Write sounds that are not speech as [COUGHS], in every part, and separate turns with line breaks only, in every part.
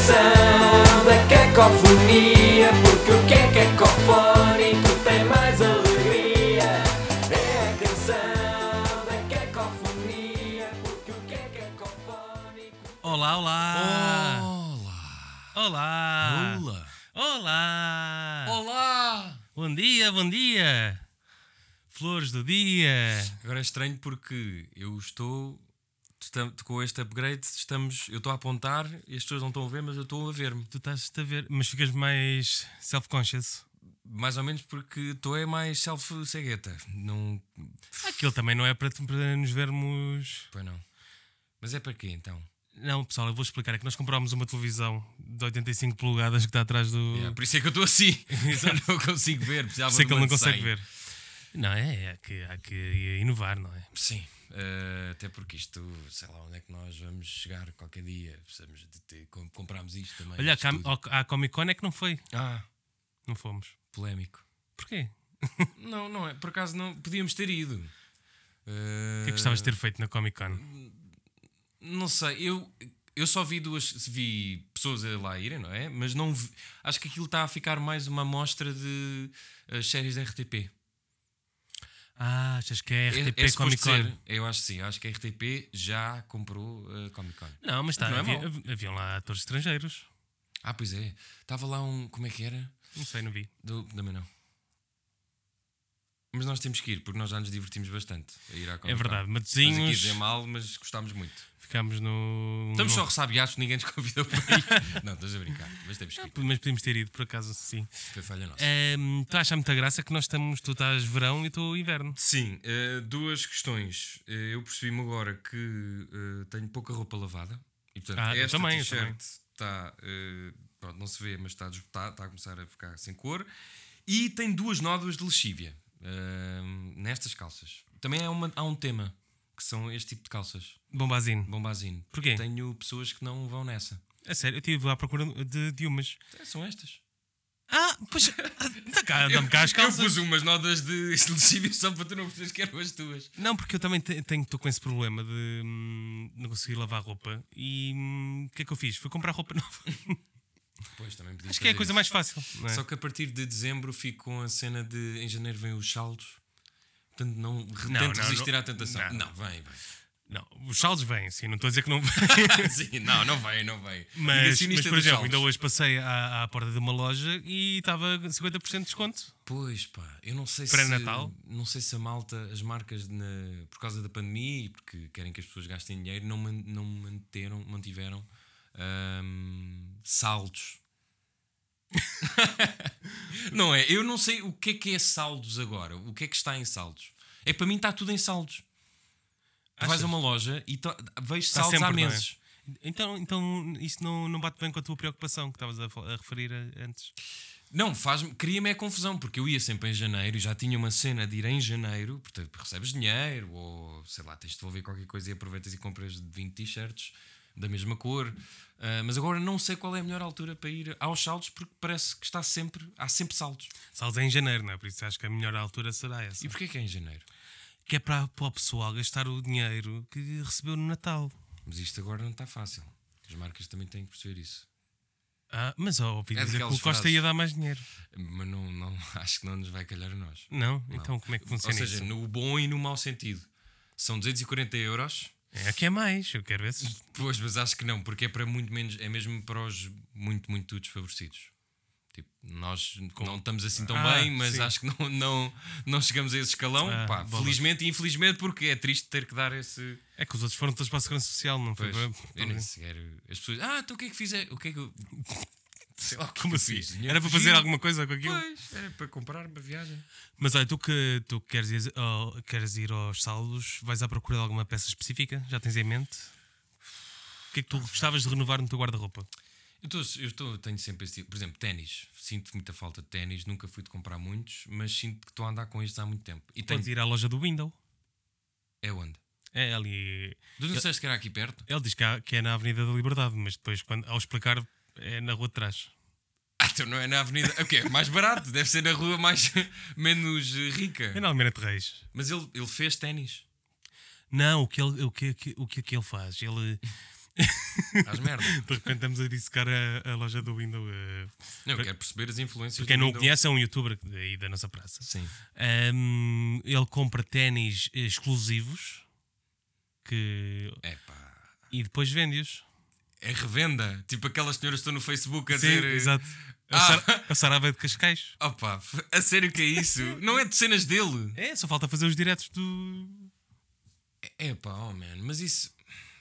canção da é cacofonia, porque o que é cacofónico tem mais alegria. É a canção da é cacofonia, porque o que é cacofónico.
Olá, olá!
Olá!
Olá!
Olá!
Olá!
Olá!
Bom dia, bom dia! Flores do dia!
Agora é estranho porque eu estou estam- com este upgrade, estamos, eu estou a apontar e as pessoas não estão a ver, mas eu estou a ver-me.
Tu estás a ver, mas ficas mais self-conscious.
Mais ou menos porque estou é mais self-cegueta. Não,
Aquilo também não é para, te- para nos vermos.
pois não. Mas é para quê então?
Não, pessoal, eu vou explicar. É que nós comprámos uma televisão de 85 polegadas que está atrás do.
É, por isso é que eu estou assim. Eu não consigo ver. precisava
[LAUGHS] Sei
de
que ele
uma
não
de
consegue
100.
ver. Não, é, é que há que inovar, não é?
Sim. eh, até porque isto, sei lá onde é que nós vamos chegar qualquer dia. Precisamos de ter. com- Comprámos isto também.
Olha,
isto
cá-
tudo.
ao- à Comic Con é que não foi.
Ah,
Não fomos.
polémico.
Porquê?
Não, não é. Por acaso não podíamos ter ido.
O que é que gostavas de ter feito na Comic Con?
Não sei, eu, eu só vi duas. Vi pessoas a lá irem, não é? Mas não vi- acho que aquilo está a ficar mais uma amostra de as séries da RTP.
Ah, achas que é
É-
RTP
é
Comic
suposto
Con?
ser. Eu acho que sim, acho que a RTP já comprou a Comic Con.
Não, mas está,
Não é
havia,
mau.
hav- haviam lá atores estrangeiros.
Ah, pois é. Estava lá um. Como é que era?
Não sei, não vi.
Do, também não. Mas nós temos que ir, porque nós já nos divertimos bastante a ir à Comic Con.
é verdade,
Estamos aqui a
Matozinhos,
dizer mal, mas gostámos muito.
ficámos no.
Estamos só
no...
ressabiados, ninguém nos [LAUGHS] convidou para ir. não, estás a brincar, mas temos que ir.
Mas podíamos ter ido, por acaso, sim.
Foi falha nossa.
Ahm, tu achas muita graça que nós estamos. Tu estás verão e eu estou inverno.
Sim, eh, duas questões. Eh, eu percebi-me agora que eh, tenho pouca roupa lavada e portanto
Ah, eu
esta
também, eu também.
t-shirt está eh, pronto, não se vê, mas está, des- está, está a começar a ficar sem cor e tem duas nódoas de lexívia eh, nestas calças. Também há, uma- há um tema que são este tipo de calças,
Bombazinho.
bombazinho.
Porquê?
Tenho pessoas que não vão nessa.
É sério, eu estive à procura de, de umas.
É, são estas.
Ah, pois. [LAUGHS] Dá cá, dá-me cá as
Eu
calças.
pus umas nodas de [LAUGHS] de lexívia só para tu não perceberes que eram as tuas.
Não, porque eu também te- tenho estou com esse problema de hum, não conseguir lavar roupa. E hum, o que é que eu fiz? Fui comprar roupa [LAUGHS] nova.
Pois também podias
Acho que é a
fazer
coisa
isso.
mais fácil. não é?
Só que a partir de dezembro fico com a cena de em janeiro vem os saldos. Portanto, não, re-
Não,
tento
não,
resistir
não-
à tentação.
não.
Não, vem, vem.
Não, os saldos vêm, sim, não estou a dizer que não vêm.
[LAUGHS] Sim, não, não vem, não vem.
Mas,
Negacionista
mas, por
dos
exemplo, ainda
saldos.
hoje passei à, à porta de uma loja e estava 50% de desconto.
Pois pá, eu não sei
Pré-natal?
se. Não sei se a malta, as marcas, na- por causa da pandemia e porque querem que as pessoas gastem dinheiro, não, man- não manteram, mantiveram hum, saldos. [LAUGHS] não é? Eu não sei o que é que é saldos agora. O que é que está em saldos? É que para mim está tudo em saldos. Tu vais
Achas?
a uma loja e to- vejo
Está
saldos há
sempre, não é?
meses.
Então, então isso não, não bate bem com a tua preocupação que estavas a, fal- a referir a- antes.
Não, faz-me, cria-me é confusão, porque eu ia sempre em janeiro e já tinha uma cena de ir em janeiro, portanto recebes dinheiro ou sei lá, tens de devolver qualquer coisa e aproveitas e compras 20 t-shirts da mesma cor. Ah, mas agora não sei qual é a melhor altura para ir aos saldos, porque parece que está sempre, há sempre saldos.
Saldos é em janeiro, não é? Por isso acho que a melhor altura será essa.
E porquê que é em janeiro?
Que é para, para o pessoal gastar o dinheiro que recebeu no Natal.
Mas isto agora não está fácil. As marcas também têm que perceber isso.
Ah, mas ó, ouvi
É
dizer que o
daquelas
Costa
frases.
ia dar mais dinheiro.
Mas não, não, [LAUGHS] acho que não nos vai calhar a nós.
Não? Então como é que
Ou
funciona
seja,
isso?
no bom e no mau sentido. São 240 euros.
É que é mais, eu quero esses.
Pois, mas acho que não, porque é para muito menos, é mesmo para os muito, muito desfavorecidos. Tipo, nós não estamos assim tão
Ah,
bem, mas
sim.
acho que não, não, não chegamos a esse escalão.
Ah,
Pá,
bolas.
felizmente e infelizmente, porque é triste ter que dar esse.
É que os outros foram todos para a Segurança Social, não foi?
Pois,
para-
eu nem sequer. As pessoas. Ah, então o que é que fizer? O que é que eu. Sei lá, o que é
Como
que eu
assim?
fiz?
Era para fazer
Giro.
alguma coisa com aquilo?
Pois, era para comprar uma viagem.
Mas olha, tu que tu que queres, ir, ao- queres ir aos saldos, vais à procura de alguma peça específica? Já tens em mente? O que é que tu gostavas de renovar no teu guarda-roupa?
Eu, tô- eu tô- tenho sempre esse tipo. Por exemplo, ténis. Sinto muita falta de ténis, nunca fui de comprar muitos, mas sinto que estou a andar com estes há muito tempo. E tenho.
Podes ir à loja do Window.
É onde?
É ali.
Tu não disseste que era aqui perto? [LAUGHS]
Ele diz que, há- que é na Avenida da Liberdade, mas depois, quando, ao explicar, é na rua de trás.
Ah, então não é na avenida. O quê? Mais barato. Deve ser na rua mais, [LAUGHS] menos eh,
É
rica.
na Almeida de Reis.
Mas ele, ele fez ténis.
Não, o que, ele, o, que, o que é que ele faz? Ele.
Às [LAUGHS] merda.
De repente estamos a dissecar a, a loja do Windows.
Não, eu quero perceber as influências.
quem
do
não o
Windows.
conhece é um youtuber aí da nossa praça.
Sim.
Ahm, ele compra ténis exclusivos que,
É pá.
e depois vende-os.
É revenda. Tipo aquelas senhoras que estão no Facebook a
Sim,
dizer.
exato. A,
eh, Ah.
Sar- a Sarava de Cascais.
Opa, f- a sério que é isso? não é de cenas dele.
É, só falta fazer os diretos do.
É pá, oh man, mas isso.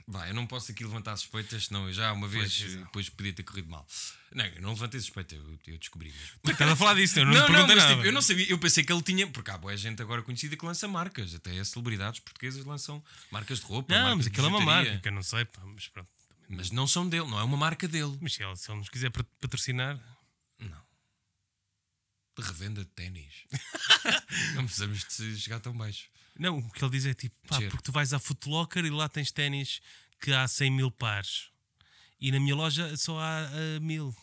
Vai, eu não posso aqui levantar suspeitas, senão eu já uma vez eh, depois podia ter corrido mal. Não, eu não levantei suspeita, eu, eu descobri mesmo.
Estás a falar disso, eu não, te
Não, não,
perguntei
mas
nada.
tipo, eu não sabia, eu pensei que ele tinha, porque há boa gente agora conhecida que lança marcas, até celebridades portuguesas lançam marcas de roupa.
Não,
marcas
mas
de
aquilo é uma
bijuteria.
marca, que eu não sei, pá, mas pronto.
Mas não são dele, não é uma marca dele.
Mas se ele, se ele nos quiser pat- patrocinar,
De revenda de ténis. [LAUGHS] não precisamos de chegar tão baixo.
não, o que ele diz é tipo, pá,
Cheiro.
porque tu vais à Footlocker e lá tens ténis que há 100 mil pares e na minha loja só há ah, mil.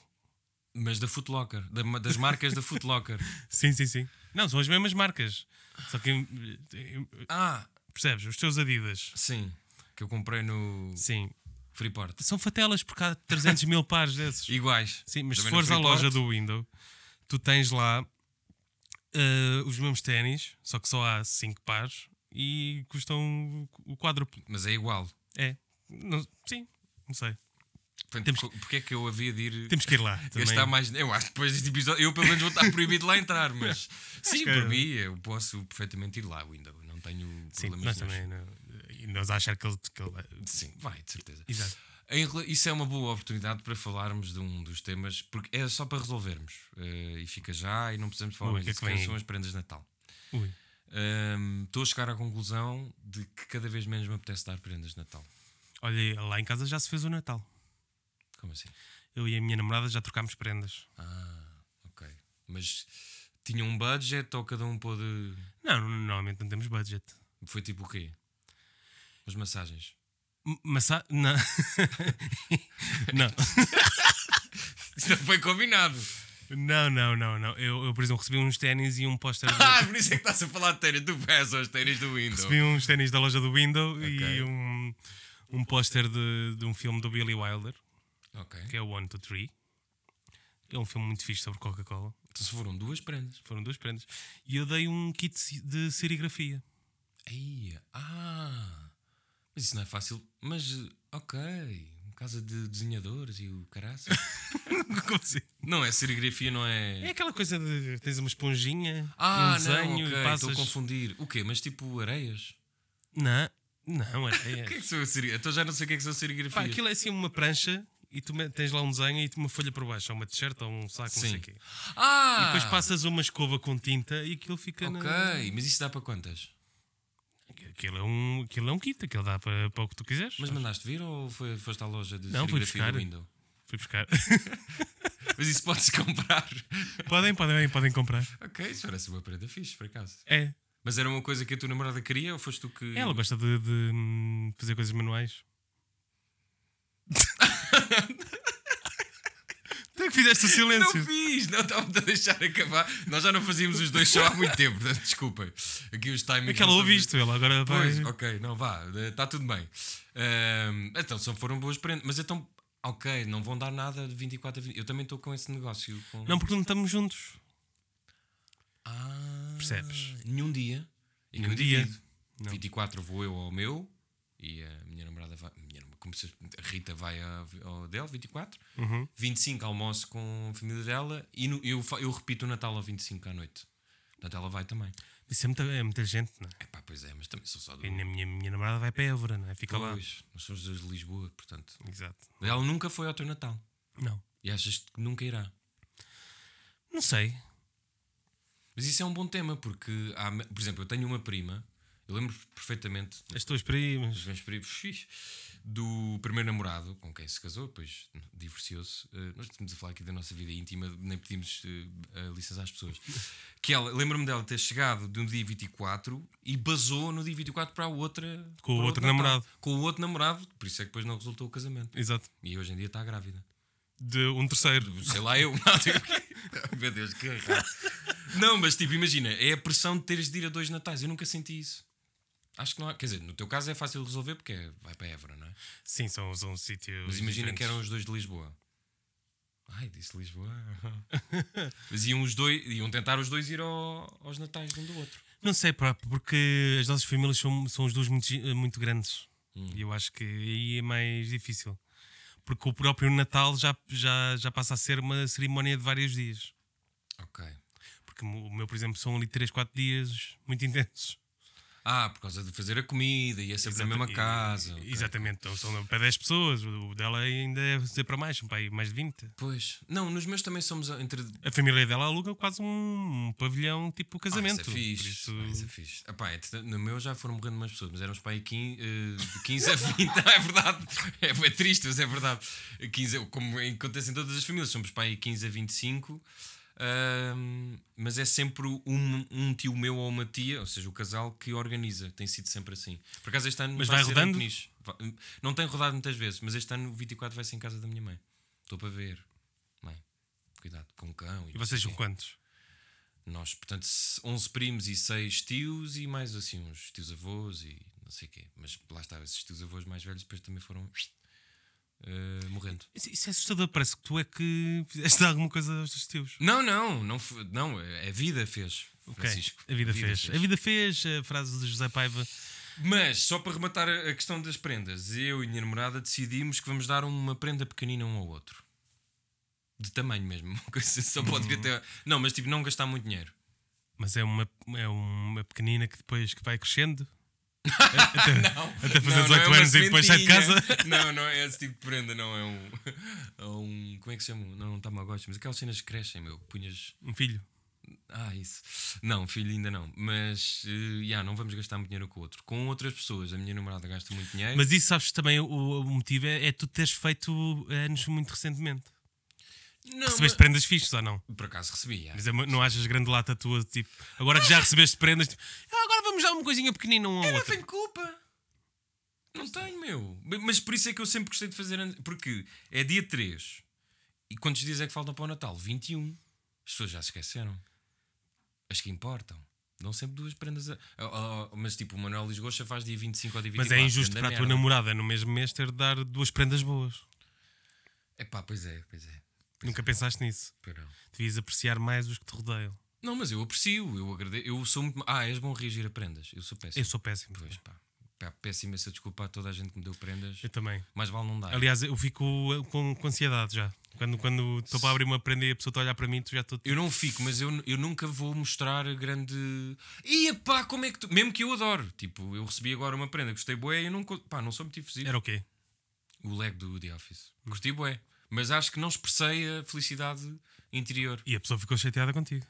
Mas da Foot Locker, da- das marcas da
[LAUGHS]
Foot Locker.
Sim, sim, sim. Não, são as mesmas marcas. Só que hum, hum,
Ah,
percebes? Os teus Adidas,
sim, que eu comprei no
sim,
Freeport.
são fatelas porque há 300
[LAUGHS]
mil pares desses.
Iguais.
Sim, mas se
Também no
fores à
Freeport.
loja do Windows, tu tens lá ah, os mesmos ténis, só que só há 5 pares e custam o quádruplo.
Mas é igual.
É. Não- sim, não sei.
Portanto,
Temos-
co- Porque é que eu havia de ir
Temos que ir
[LAUGHS]
lá.
gastar
também.
mais. Eu acho que depois deste episódio, eu pelo menos vou estar proibido de lá entrar,
[LAUGHS]
mas sim,
que- é.
por mim, eu posso perfeitamente ir lá, Window. Não tenho
Sim,
problemas
nós
nenhuns.
também. Não, e nós a achar que ele. é- que ele-
Sim, vai, de certeza.
Exato.
Em rela- Isso é uma boa oportunidade para falarmos de um dos temas, porque é só para resolvermos. eh, e fica já e não precisamos falar
Ui,
mais
o que é
disso,
que vem
que
aí?
são as prendas de Natal.
Ui.
Ahm, Estou a chegar à conclusão de que cada vez menos me apetece dar prendas de Natal.
Olha, lá em casa já se fez o Natal.
Como assim?
Eu e a minha namorada já trocámos prendas.
Ah, ok. Mas tinha um budget ou cada um pôde.
Não, não- normalmente não temos budget.
Foi tipo o quê? As massagens.
M- Massa... Não. [LAUGHS] não.
Isso não foi combinado.
Não, não, não, não. Eu, eu, por exemplo, recebi uns ténis e um póster. de-
Ah, por isso é que estás a falar de ténis. Tu peças os ténis do Windows.
Recebi uns ténis da loja do Window
Ok.
e um, um póster de, de um filme do Billy Wilder,
Ok.
que é o One, Two, Three. É um filme muito fixe sobre Coca-Cola.
Então se foram duas prendas.
Foram duas prendas. E eu dei um kit ci- de
[LAUGHS]
serigrafia.
Aí, ah. Mas isso não é fácil. Mas, eh, ok. Casa de desenhadores e o caraça. [LAUGHS]
Como assim?
não é serigrafia, não
É
é.
aquela coisa de tens uma esponjinha e
Ah,
um desenho
não, ok.
e
Estou
passas.
a confundir. O quê? Mas tipo areias?
Não, não, é.
O que é
é.
que são serigrafias? Então já não sei o que é que são serigrafias.
Pá, aquilo é assim uma prancha e tu me- tens lá um desenho e uma folha por baixo, ou uma t-shirt ou um saco, não sei
Sim.
o quê.
Ah!
Depois passas uma escova com tinta e aquilo fica
Ok,
na.
mas isso dá para quantas?
Aquilo é, um, aquilo é um kit, aquilo dá para, para o que tu quiseres.
Mas mandaste vir ou foi, foste à loja de
Não, fui
serigrafia do
buscar.
Windows?
Fui buscar. [LAUGHS]
Mas isso [LAUGHS] podes comprar.
podem, podem, podem comprar.
ok, isso parece uma prenda fixe, por acaso.
É.
Mas era uma coisa que a tua namorada queria ou foste tu que.
Ela gosta de, de, hum, fazer coisas
[LAUGHS]
manuais. tu é que fizeste o
Não
silêncio.
fiz, não estava a deixar acabar. Nós já não fazíamos os dois só há muito tempo, [LAUGHS] portanto, desculpem. Aqui os timings.
É que ela
não
ouve
estão-
isto, ela agora vai.
Pois, ok, não vá, eh, está tudo bem. Ahm, então, só foram boas prendas. Mas então, ok, não vão dar nada de 24 a 20. Eu também estou com esse negócio. com-
Não, porque não estamos juntos.
Ah,
Percebes?
Nenhum dia. E
Nenhum
que eu
dia.
divido.
Não.
24 vou eu ao meu e a minha namorada vai. a Minha, namorada- como se- a Rita vai ao, ao dela, 24.
Uhum.
25 almoço com a família dela e no- eu, fa- eu repito o Natal ao 25 à noite. Portanto, ela vai também.
Isso é muita, é muita gente, não é?
Epá, pois é, mas também sou só do.
E a minha, minha namorada vai para a Évora, não é? Fica lá.
Pois, nós somos dois de Lisboa, portanto.
Exato.
Ela nunca foi ao teu Natal
Não.
e achas que nunca irá.
Não sei.
Mas isso é um bom tema porque, há, por exemplo, eu tenho uma prima, eu lembro perfeitamente
As tuas primas.
os meus perigos fixe, do primeiro namorado com quem se casou, depois divorciou-se. Eh, nós estamos a falar aqui da nossa vida íntima, nem pedimos eh, eh, licença
[LAUGHS]
às pessoas. Que ela, lembro-me dela ter chegado de um dia 24 e basou no dia 24 para a outra.
Com o
para
outro
Natal.
namorado.
Com o outro namorado, por isso é que depois não resultou o casamento.
Exato.
E hoje em dia está grávida.
De um terceiro.
Sei lá, eu. [LAUGHS] Meu Deus, que tipo, errado. Não, mas tipo, imagina, é a pressão de teres de ir a dois natais. Eu nunca senti isso. Acho que não há. Quer dizer, no teu caso é fácil de resolver porque é- vai para Évora, não é?
Sim, são, são um sítio.
Mas imagina que eram os dois de Lisboa. Ai, disse [LAUGHS] Lisboa. Mas iam os dois, iam tentar os dois ir ao- aos natais de um do outro.
Não sei, pá, porque as nossas famílias são, são os dois muito, gi- muito grandes. E eu acho que aí é mais difícil. Porque o próprio Natal já, já, já passa a ser uma cerimónia de vários dias.
Ok.
Porque o meu, por exemplo, são ali 3, 4 dias muito intensos.
Ah, por causa de fazer a comida, ia sempre na mesma
Exata- e-
casa. ok.
Exatamente, então são para 10 pessoas. O dela ainda é para mais, são para aí mais de 20.
Pois. Não, nos meus também somos entre.
A família dela aluga quase um, um pavilhão tipo casamento.
Ah, isso é
Por
fixe.
isso-
Ah, isso é fixe. Ah, pá, entretanto, no meu já foram morrendo umas pessoas, mas éramos para aí 15, eh, de
[LAUGHS]
15 a 20. Não, é verdade. É, é triste, mas é verdade. 15, a- como acontece em todas as famílias, somos para aí 15 a 25. ahm, mas é sempre um, um tio meu ou uma tia, ou seja, o casal que organiza, tem sido sempre assim. Por acaso este ano
Mas vai
ser
rodando?
Antonis. Va- Não tem rodado muitas vezes, mas este ano o 24 vai ser em casa da minha mãe. Estou para ver, mãe, cuidado com o cão.
E vocês
não sei o
são
quê.
quantos?
Nós, portanto, se- 11 primos e 6 tios e mais assim uns tios avós e não sei o quê. Mas lá está, esses tios avós mais velhos depois também foram eh, morrendo.
Isso, isso é assustador, parece que tu é que fizeste [LAUGHS] alguma coisa aos teus tios.
Não, não, não, f- não é- a vida fez,
Ok,
Francisco.
A vida, fez. A vida fez, a frase de José Paiva.
Mas, só para rematar a a questão das prendas, eu e minha namorada decidimos que vamos dar uma prenda pequenina um ao outro. De tamanho mesmo, [LAUGHS] uma coisa assim, só
Uhum.
pode vir até. Não, mas tipo, não gastar muito dinheiro.
Mas é uma, é uma pequenina que depois que vai crescendo. Até fazer
Não, não é
18
uma
anos e depois sai de casa.
sementinha. [LAUGHS] Não, não é esse tipo de prenda, não. É um. é um como é que se chama? Não, não está mal gosto, mas aquelas cenas que crescem, meu. Punhas.
Um filho.
Ah, isso. Não, filho, ainda não. Mas, eh, já, não vamos gastar muito dinheiro um com o outro. Com outras pessoas, a minha namorada gasta muito dinheiro.
Mas isso sabes também o, o motivo é, é tu teres feito anos muito recentemente.
não,
Recebeste prendas fixas ou não?
mas- Por acaso recebi, já.
Mas é uma- não achas grande lata tua, tipo, agora que já recebeste prendas, tipo, "Ah, agora vamos dar uma coisinha pequenina um ao
Eu É, não
outro.
tenho culpa. Não tenho, meu. Mas- Mas por isso é que eu sempre gostei de fazer. an- Porque é dia 3. E quantos dias é que faltam para o Natal? 21. As pessoas já se esqueceram. As que importam. Dão sempre duas prendas. A... Ah, ah, ah, mas tipo, o Manuel Lisgocha faz dia 25 ou dia
Mas
24.
é injusto
grande
para a tua
merda.
namorada no mesmo mês ter de dar duas prendas boas.
Epá, pois é, pois é.
Nunca pensaste nisso.
Pois não.
Devias apreciar mais os que te rodeiam.
Não, mas eu aprecio. Eu agradeço. Eu sou muito. Ah, és bom a reagir a prendas. Eu sou péssimo.
Eu sou péssimo.
Pois pá. Pá, Peço imensa desculpa a toda a gente que me deu prendas.
Eu também.
Mais vale não dar.
Aliás, eu fico eh, com, com ansiedade já. Quando quando estou para abrir uma prenda e a pessoa está a olhar para mim, tu já estou. tipo,
Eu não fico, mas eu, eu nunca vou mostrar grande. Ia pá, como é que tu. Mesmo que eu adoro. Tipo, eu recebi agora uma prenda, gostei bué, eu não. co- Pá, não sou muito fuzido.
Era o quê?
O leg do The Office. Gostei bué. Mas acho que não expressei a felicidade interior.
E a pessoa ficou chateada contigo.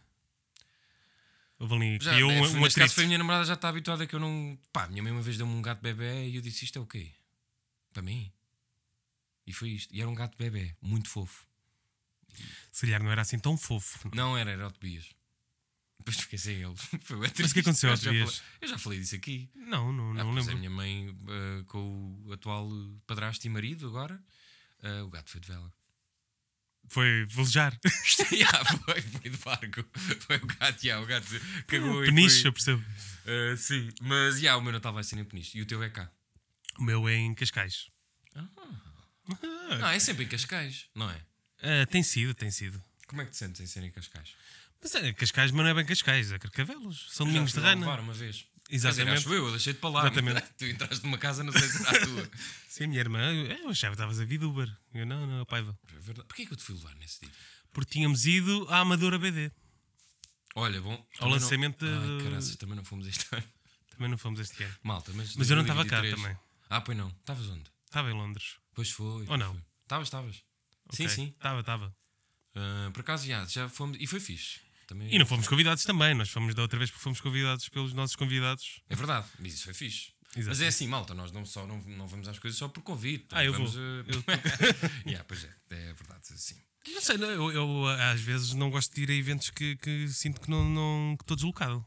Houve ali.
Já,
eu,
é,
um, um
neste caso
atrito.
foi a minha namorada já está habituada que eu não. Pá, minha mãe uma vez deu-me um gato bebê e eu disse isto é o quê? Para mim. E foi isto. E era um gato bebê, muito fofo.
Se calhar não era assim tão fofo.
Não era, era o Tobias. Depois fiquei sem ele. [LAUGHS] Foi bué
Mas o que
triste.
aconteceu ao
Eu já falei-
Tobias?
Eu já falei disso aqui.
Não, não,
Ah,
não
pois, A
lembro.
minha mãe ah, com o atual eh, padrasto e marido agora. ah, o gato foi de vela. [LAUGHS]
Foi velejar.
yeah, foi, foi de barco. Foi o gato, yeah, o gato
[LAUGHS]
cagou e
Peniche,
[LAUGHS] foi.
eu percebo.
Ah, sim, mas yeah, o meu Natal vai ser em Peniche. E o teu é cá.
O meu é em Cascais.
Não, é sempre em Cascais, não é?
[LAUGHS] Ah, tem sido, tem sido.
Como é que te sentes em ser em Cascais?
Mas é, Cascais, mas não é bem Cascais, é Carcavelos. São
Já
domingos de
fui lá
Rana.
levar uma vez. Quer
Exatamente.
Dizer, acho eu, eu deixei-te para lá. é?
Exatamente.
[LAUGHS] Tu entraste numa casa, não sei se era a
[LAUGHS]
tua.
Sim, a minha irmã, eu, eu achava que estavas a vir de Uber. Eu não, não, paiva.
É verdade. Porquê é que eu te fui levar nesse dia?
Porque tínhamos ido à Amadora BD.
Olha, bom. também
lançamento
não... Ai,
de-
caraças, também não fomos este ano.
Também não fomos este ano.
Malta, mas.
Mas eu não estava cá
2023.
também.
Ah, pois não. Estavas onde?
Estava em Londres.
Pois foi.
Ou não?
Estavas, estavas. Sim,
Ok?
sim.
Estava, estava.
Ah, por acaso, já, já fomos. E foi fixe. Também...
E não fomos convidados também. Nós fomos da outra vez porque fomos convidados pelos nossos convidados.
É verdade, mas isso foi fixe.
Exato.
Mas é assim, malta, nós não, só, não, não vamos às coisas só por convite.
Ah, eu
vamos,
vou.
ah, [LAUGHS] Yeah, pois é, é verdade, assim.
Não sei, não, eu, eu, ah, às vezes não gosto de ir a eventos que, que sinto que não, não que estou deslocado.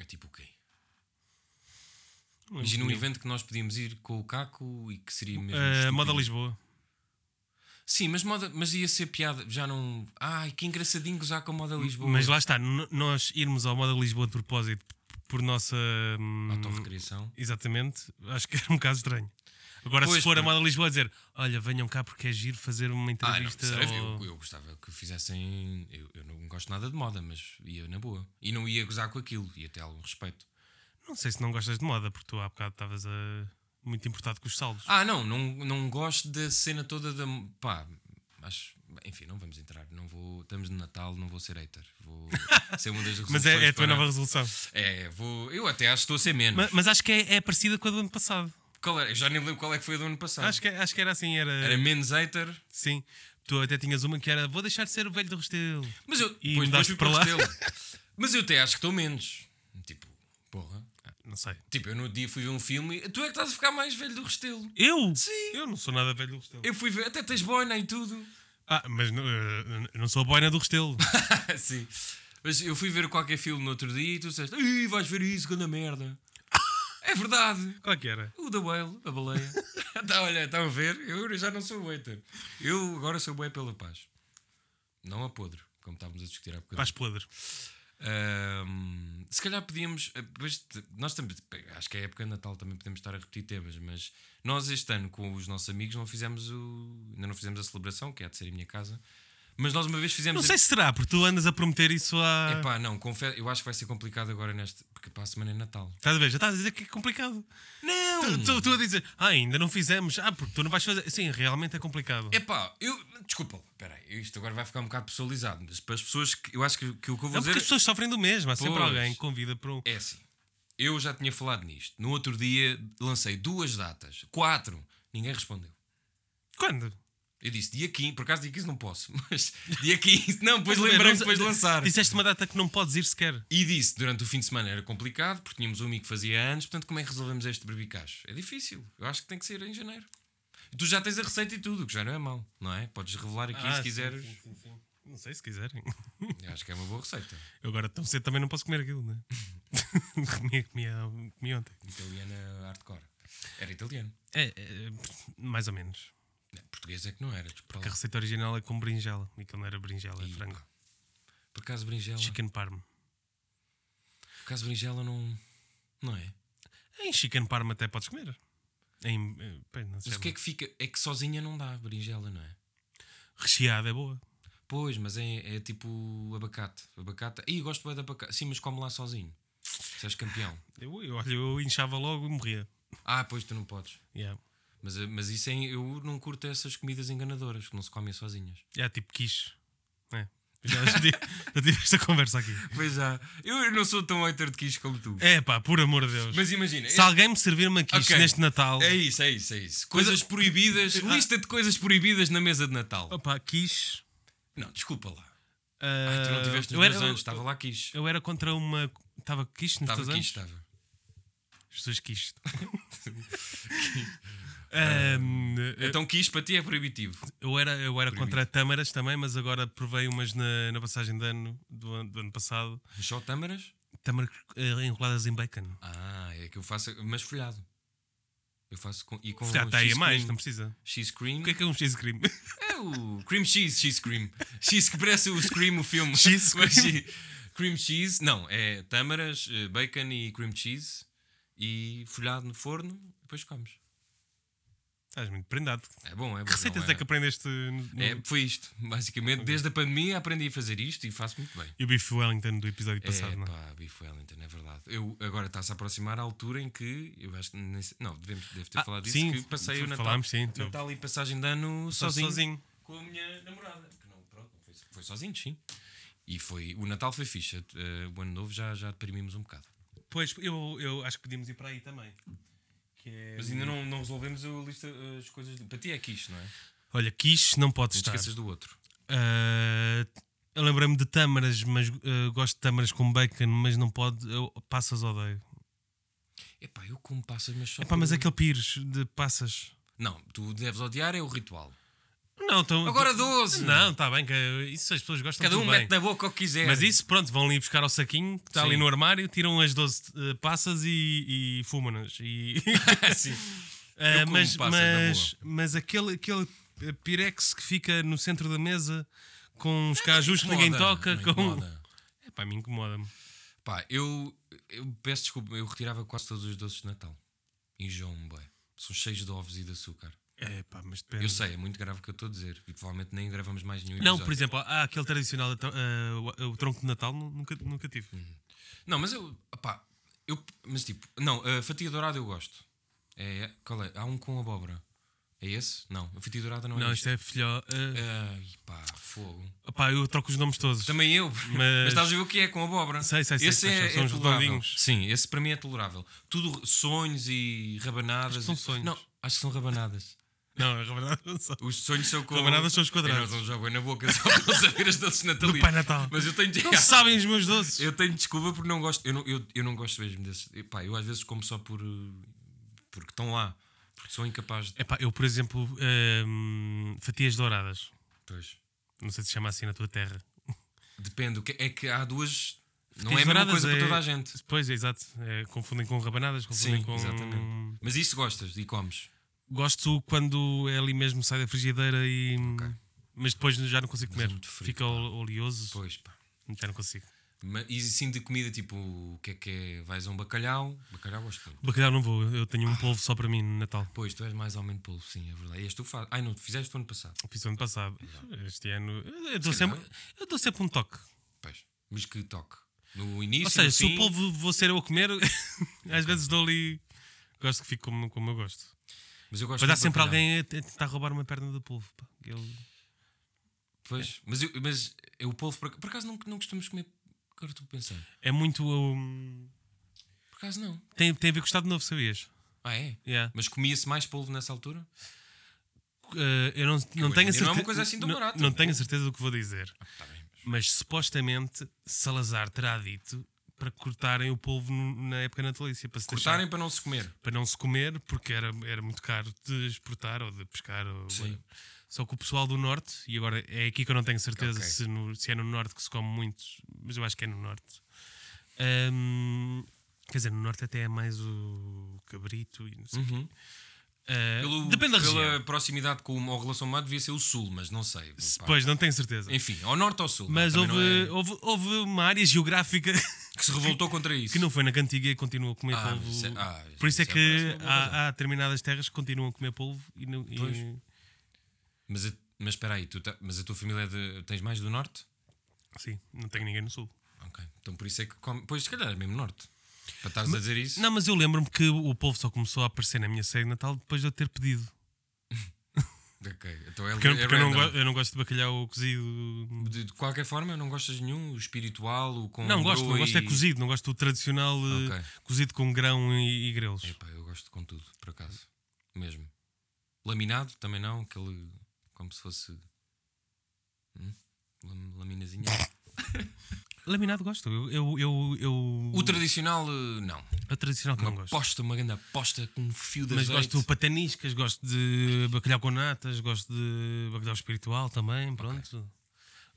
É tipo o quê?
Não
Imagina um
lembro.
evento que nós podíamos ir com o Caco e que seria mesmo.
Ah,
estúpido.
moda Lisboa.
Sim, mas, moda, mas ia ser piada, já não. Ai, que engraçadinho gozar com a moda Lisboa.
Mas lá está, n- nós irmos ao Moda Lisboa de propósito por nossa. hum,
Autorrecriação.
Exatamente, acho que [LAUGHS] era um bocado estranho. Agora, se
Pois,
for a
porque-
moda Lisboa dizer, olha, venham cá porque é giro fazer uma
Ah, não,
entrevista.
sério,
ou-
eu, eu gostava que fizessem. Eu, eu não gosto nada de moda, mas ia na boa. E não ia gozar com aquilo, ia ter algum respeito.
Não sei se não gostas de moda, porque tu há bocado estavas a- muito importado com os saldos.
Ah, não, não, não gosto da cena toda da. Pá, acho. Enfim, não vamos entrar. Não vou. Estamos no Natal, não vou ser hater.
[LAUGHS]
Vou ser uma das resoluções.
Mas é, é a tua
para-
nova resolução.
É, vou. Eu até acho que estou a ser menos.
Ma- Mas, acho que é, é parecida com a do ano passado.
Qual era? Eu já nem lembro qual é que foi a do ano passado.
Acho, que, acho que era assim, era,
Era menos hater.
Sim. Tu até tinhas uma que era vou deixar de ser o velho do Restelo.
Mas eu.
E
depois
mudaste
fui
para lá.
Restelo. Mas eu até acho que estou menos. Tipo, porra.
Ah, Não sei.
Tipo, eu no outro dia fui ver um filme. Tu é que estás a ficar mais velho do Restelo.
Eu?
Sim.
Eu não sou nada velho do Restelo.
Eu fui ver. Até tens boina e tudo.
Ah, mas não, eh, eu não sou a boina do [LAUGHS] Restelo.
Sim. Mas eu fui ver qualquer filme no outro dia e tu disseste: Ih, vais ver isso, grande merda. é verdade.
Qual é que era?
O The Whale, a baleia. [LAUGHS] tá, olha, estão a ver? Eu já não sou hater. Eu agora sou bué pela paz. Não a podre, como estávamos a discutir há bocadinho.
Paz podre.
Ahm, se calhar podíamos. eh, pois, te- nós também. Acho que é época de Natal também podemos estar a repetir temas, mas nós este ano com os nossos amigos não fizemos o. Ainda não fizemos a celebração, que há de ser em minha casa. Mas nós uma vez fizemos.
Não
a-
sei se será, porque tu andas a prometer isso há.
Epá, não, confesso, eu acho que vai ser complicado agora neste. Porque para a semana é Natal.
Estás a ver? Já estás a dizer que é complicado.
Não!
Tu- Tu tu a dizer, ah, ainda não fizemos. Ah, porque tu não vais fazer. Sim, realmente é complicado.
Epá, eu. Desculpa, lá, peraí, isto agora vai ficar um bocado pessoalizado, mas para as pessoas que. Eu acho que, que o que eu vou
Não,
dizer.
porque as pessoas sofrem do mesmo. Há sempre
Pois.
alguém que convida para um.
É assim. Eu já tinha falado nisto. No outro dia lancei duas datas, quatro, ninguém respondeu.
Quando?
Eu disse dia 15, por acaso dia 15 não posso, [LAUGHS] mas dia 15, não, depois
Mas,
lembrei-me
mas,
depois de lançar.
Disseste uma data que não podes ir sequer.
E disse durante o fim de semana era complicado, porque tínhamos um amigo que fazia anos, portanto, como é que resolvemos este berbicacho? É difícil, eu acho que tem que ser em janeiro. E Tu já tens a receita e tudo, que já não é mau, não é? Podes revelar aqui
Ah,
se
sim,
quiseres.
sim, sim, sim. Não sei se quiserem. [LAUGHS]
Eu acho que é uma boa receita.
Eu agora tão cedo também não posso comer aquilo, né? [LAUGHS] comi, comi, há- comi ontem.
Italiana hardcore. Era italiano.
É, é, pff, mais ou menos.
Não, português é que não era, desculpa. lá.
Porque a receita original é com berinjela. E aquilo não era berinjela, é
E,
frango.
pá, Por acaso berinjela.
Chicken parm.
Por acaso berinjela não. Não é?
Em chicken parm até podes comer. Em, eh, pá, não sei
Mas o que é que fica? É que sozinha não dá berinjela, não é?
Recheada é boa.
Pois, mas é, é tipo abacate. Abacate. Ih, gosto bem de abacate. Sim, mas come lá sozinho. Se és campeão.
É Eu, eu, olha, eu inchava logo e morria.
Ah, pois tu não podes.
Yeah.
Mas, mas isso é, eu não curto essas comidas enganadoras que não se comem sozinhas.
É tipo quiche. É. Já, já tive, já tive esta conversa aqui.
Pois já. Eu não sou tão hater de quiche como tu.
É pá, por amor de Deus.
Mas imagina.
Se alguém me servir uma quiche
Ok.
neste Natal.
É isso, é isso, é isso. Coisas proibidas. Lista de coisas proibidas na mesa de Natal.
Opa, quiche.
Não, desculpa lá.
ah,
Tu não tiveste
eu
nos meus
era-
anos. Estava lá quiche.
Eu era contra uma. Estava quiche nos
Estava
teus
quiche,
anos?
estava.
As pessoas
[LAUGHS]
quiche. Ahm, eu-
Então quiche para ti é proibitivo.
eu era, eu era contra tâmaras também, mas agora provei umas na, na passagem de ano, do, ano- do ano passado.
Só tâmaras?
Tâmaras eh, enroladas em bacon.
Ah, é que eu faço, mas folhado. Eu faço com, e com
Se calhar até aí é
cheese
mais,
cream.
não precisa.
Cheese cream.
O que é que é um cheese cream?
é
[LAUGHS]
o cream cheese, cheese cream. Cheese que parece o Scream, o filme.
Cheese
[LAUGHS] Mas
cream.
che- cream cheese, não, é tâmaras, eh, bacon e cream cheese e folhado no forno, depois comes.
[LAUGHS] Estás muito prendado.
É bom, é bom.
Que receitas
não
é que é. aprendeste? no- no-
é, foi isto, basicamente. Desde a pandemia aprendi a fazer isto e faço muito bem.
E o Bife Wellington do episódio passado,
é,
não é?
pá, Biff Wellington, é verdade. Eu, agora está-se a aproximar a altura em que eu acho que nem sei- não, devemos, devo ter
Ah,
falado
sim,
disso. Que passei
foi-
o Natal,
falámos, sim, tu-
Natal e então. passagem de ano
Sozinho.
sozinho, com a minha namorada. Que não, pronto, não foi, foi sozinho, sim. E foi, o Natal foi fixe. eh, o ano novo já, já deprimimos um bocado.
Pois, eu, eu acho que podíamos ir para aí também. Que é-
Mas ainda não, não resolvemos a lista, as coisas. do- Para ti é quiche, não é? Não
Olha, quiche não pode
te
estar.
esqueças do outro.
Ah, eu lembrei-me de tâmaras, mas ah, gosto de tâmaras com bacon, mas não pode. Eu, passas odeio.
Epá, eu como passas, mas só.
Epá, mas
por-
aquele pires de passas.
Não, tu deves odiar é o ritual.
Não, então.
Agora 12!
Não, está bem, que isso as pessoas gostam
Cada um
tudo bem.
mete na boca o que quiser.
Mas isso, pronto, vão ali buscar ao saquinho que está ali
É. Sim.
no armário, tiram as 12 eh, passas e, e fumam-nas. E-
[LAUGHS] sim.
Ah,
Eu como
mas
passas, na
mas, mas aquele, aquele eh, pirex que fica no centro da mesa com um os cajus que ninguém
Ah, Incomoda,
toca.
não
Com...
incomoda.
É pá, me incomoda-me.
Pá, eu Eu peço desculpa, eu retirava quase todos os doces de Natal. Enjoam-me, bué. São cheios de ovos e de açúcar.
É pá, mas depende.
Eu sei, é muito grave o que eu estou a dizer. E provavelmente nem gravamos mais nenhum
Não,
episódio.
por exemplo, há aquele tradicional, ah, o- o tronco de Natal, nu- nunca, nunca tive.
Uhum. Não, mas eu. Opá, eu mas tipo, não, a fatia dourada eu gosto. É, qual é? Há um com abóbora. É esse? Não, a fatia dourada não,
Não,
é
isto
isto.
é filhó. ah,
Ai, pá, fogo.
pá, eu troco os nomes todos.
Também eu, mas... estás a ver o que é com abóbora?
Sei, sei, sei,
esse
sei,
é,
são
é
os
tolerável.
redondinhos.
Sim, esse para mim é tolerável. Tudo sonhos e rabanadas.
Acho que são sonhos.
Não, acho que são rabanadas.
Não, é rabanada não sou.
Os sonhos são com.
Rabanadas são os quadrados.
Eu não, não jogo na boca, só para saber as doces natalinas.
Pai Natal.
Mas eu tenho de. [LAUGHS]
Não sabem os meus doces.
Eu tenho desculpa porque não gosto. Eu não, eu, eu não gosto mesmo desses. E, Pá, eu às vezes como só por. uh, Porque estão lá. Porque sou incapaz de.
Epá, eu, por exemplo, hum, fatias douradas.
Pois.
Não sei se chama assim na tua terra.
Depende. o que- É que há duas.
Fatias
Não é a mesma
douradas
coisa
é-
para toda a gente.
Pois é, exato. É, confundem com rabanadas, confundem
Sim,
com.
exatamente. Mas isso gostas e comes.
Gosto quando é ali mesmo, sai da frigideira e. Mas depois já não consigo
Mas é
comer.
muito frio,
Fica ol- oleoso.
Pois, pá.
Já não consigo.
Ma- E assim de comida, tipo, o que é que é? Vais a um bacalhau? Bacalhau gosto muito.
Bacalhau não vou, eu tenho um
Ah.
polvo só para mim no Natal.
Pois, tu és mais ao menos polvo, sim, é verdade. Este tu fazes. Ai, não, tu fizeste o ano passado.
Fiz o ano passado. Este ano. eu- Eu dou,
calhar. é.
sempre, eu dou sempre um toque.
Pois. Mas que toque. No início,
Ou seja,
no
se o
fim,
polvo vou ser eu a comer, [LAUGHS] às vezes dou ali. Gosto que fique como, como eu gosto.
Mas eu gosto
Mas há
muito de
sempre
bacalhau.
alguém a te- a tentar roubar uma perna do polvo. pá. Eu-
Pois, mas, eu, mas eu, o polvo, por, ac- por acaso, não, não costumamos comer. Agora estou a pensar.
É muito. hum,
Por acaso, não.
Tem, tem a ver com o Estado Novo, sabias?
Ah, é?
Yeah.
Mas comia-se mais polvo nessa altura?
Eh, eu não, não
hoje
tenho
em
a
dia não é uma
certeza-
coisa assim tão
não-
barata.
Não tenho a certeza do que vou dizer.
Está bem.
Mas supostamente Salazar terá dito para cortarem o polvo no- na época natalícia. Para se deixar-
Cortarem para não se comer.
para não se comer, porque era, era muito caro de exportar ou de pescar. Ou,
Sim.
Só que o pessoal do Norte, e agora é aqui que eu não tenho certeza
Ok.
se, no- se é no Norte que se come muito, mas eu acho que é no Norte. Ahm, quer dizer, no Norte até é mais o cabrito e não sei. o quê. Ah,
Uhum. Pelo-
depende da
pela
região.
proximidade com o, ou relação ao mar, devia ser o sul, mas não sei. Pá.
Pois, não tenho certeza.
Enfim, ao norte ou ao sul.
Mas
também
houve,
não é-
houve, houve uma área geográfica [LAUGHS]
que se revoltou contra isso.
que não foi na cantiga e continua a comer
Ah,
polvo.
isso é- ah,
Por isso é
isso é- parece
que
uma boa razão.
há, há determinadas terras que continuam a comer polvo e, não- e-
Pois. Mas, a- mas espera aí, tu tá- mas a tua família é de- tens mais do norte?
Sim, não tenho ninguém no sul.
Ok. Então por isso é que come. Pois se calhar é mesmo norte. Para estares a dizer isso.
Não, mas eu lembro-me que o povo só começou a aparecer na minha série de Natal depois de eu ter pedido.
Ok. Então é,
Porque, eu-
é
porque eu, não
random.
go- eu não gosto de bacalhau cozido.
De, de qualquer forma, não gostas de nenhum? O espiritual, o com.
Não, gosto,
broa
não gosto é
e-
cozido, não gosto do tradicional eh,
Ok. É.
cozido com grão e, e grelos.
Epá, eu gosto com tudo, por acaso. Mesmo. Laminado também não, aquele. Como se fosse. Hum? Lam-
[COUGHS]
Laminazinha.
Laminado gosto. Eu, eu, eu, eu-
o tradicional, eh, não.
a tradicional que não
Uma
gosto.
aposta, uma grande aposta com um fio de
Mas
azeite.
gosto de pataniscas, gosto de bacalhau com natas, gosto de bacalhau espiritual também, pronto.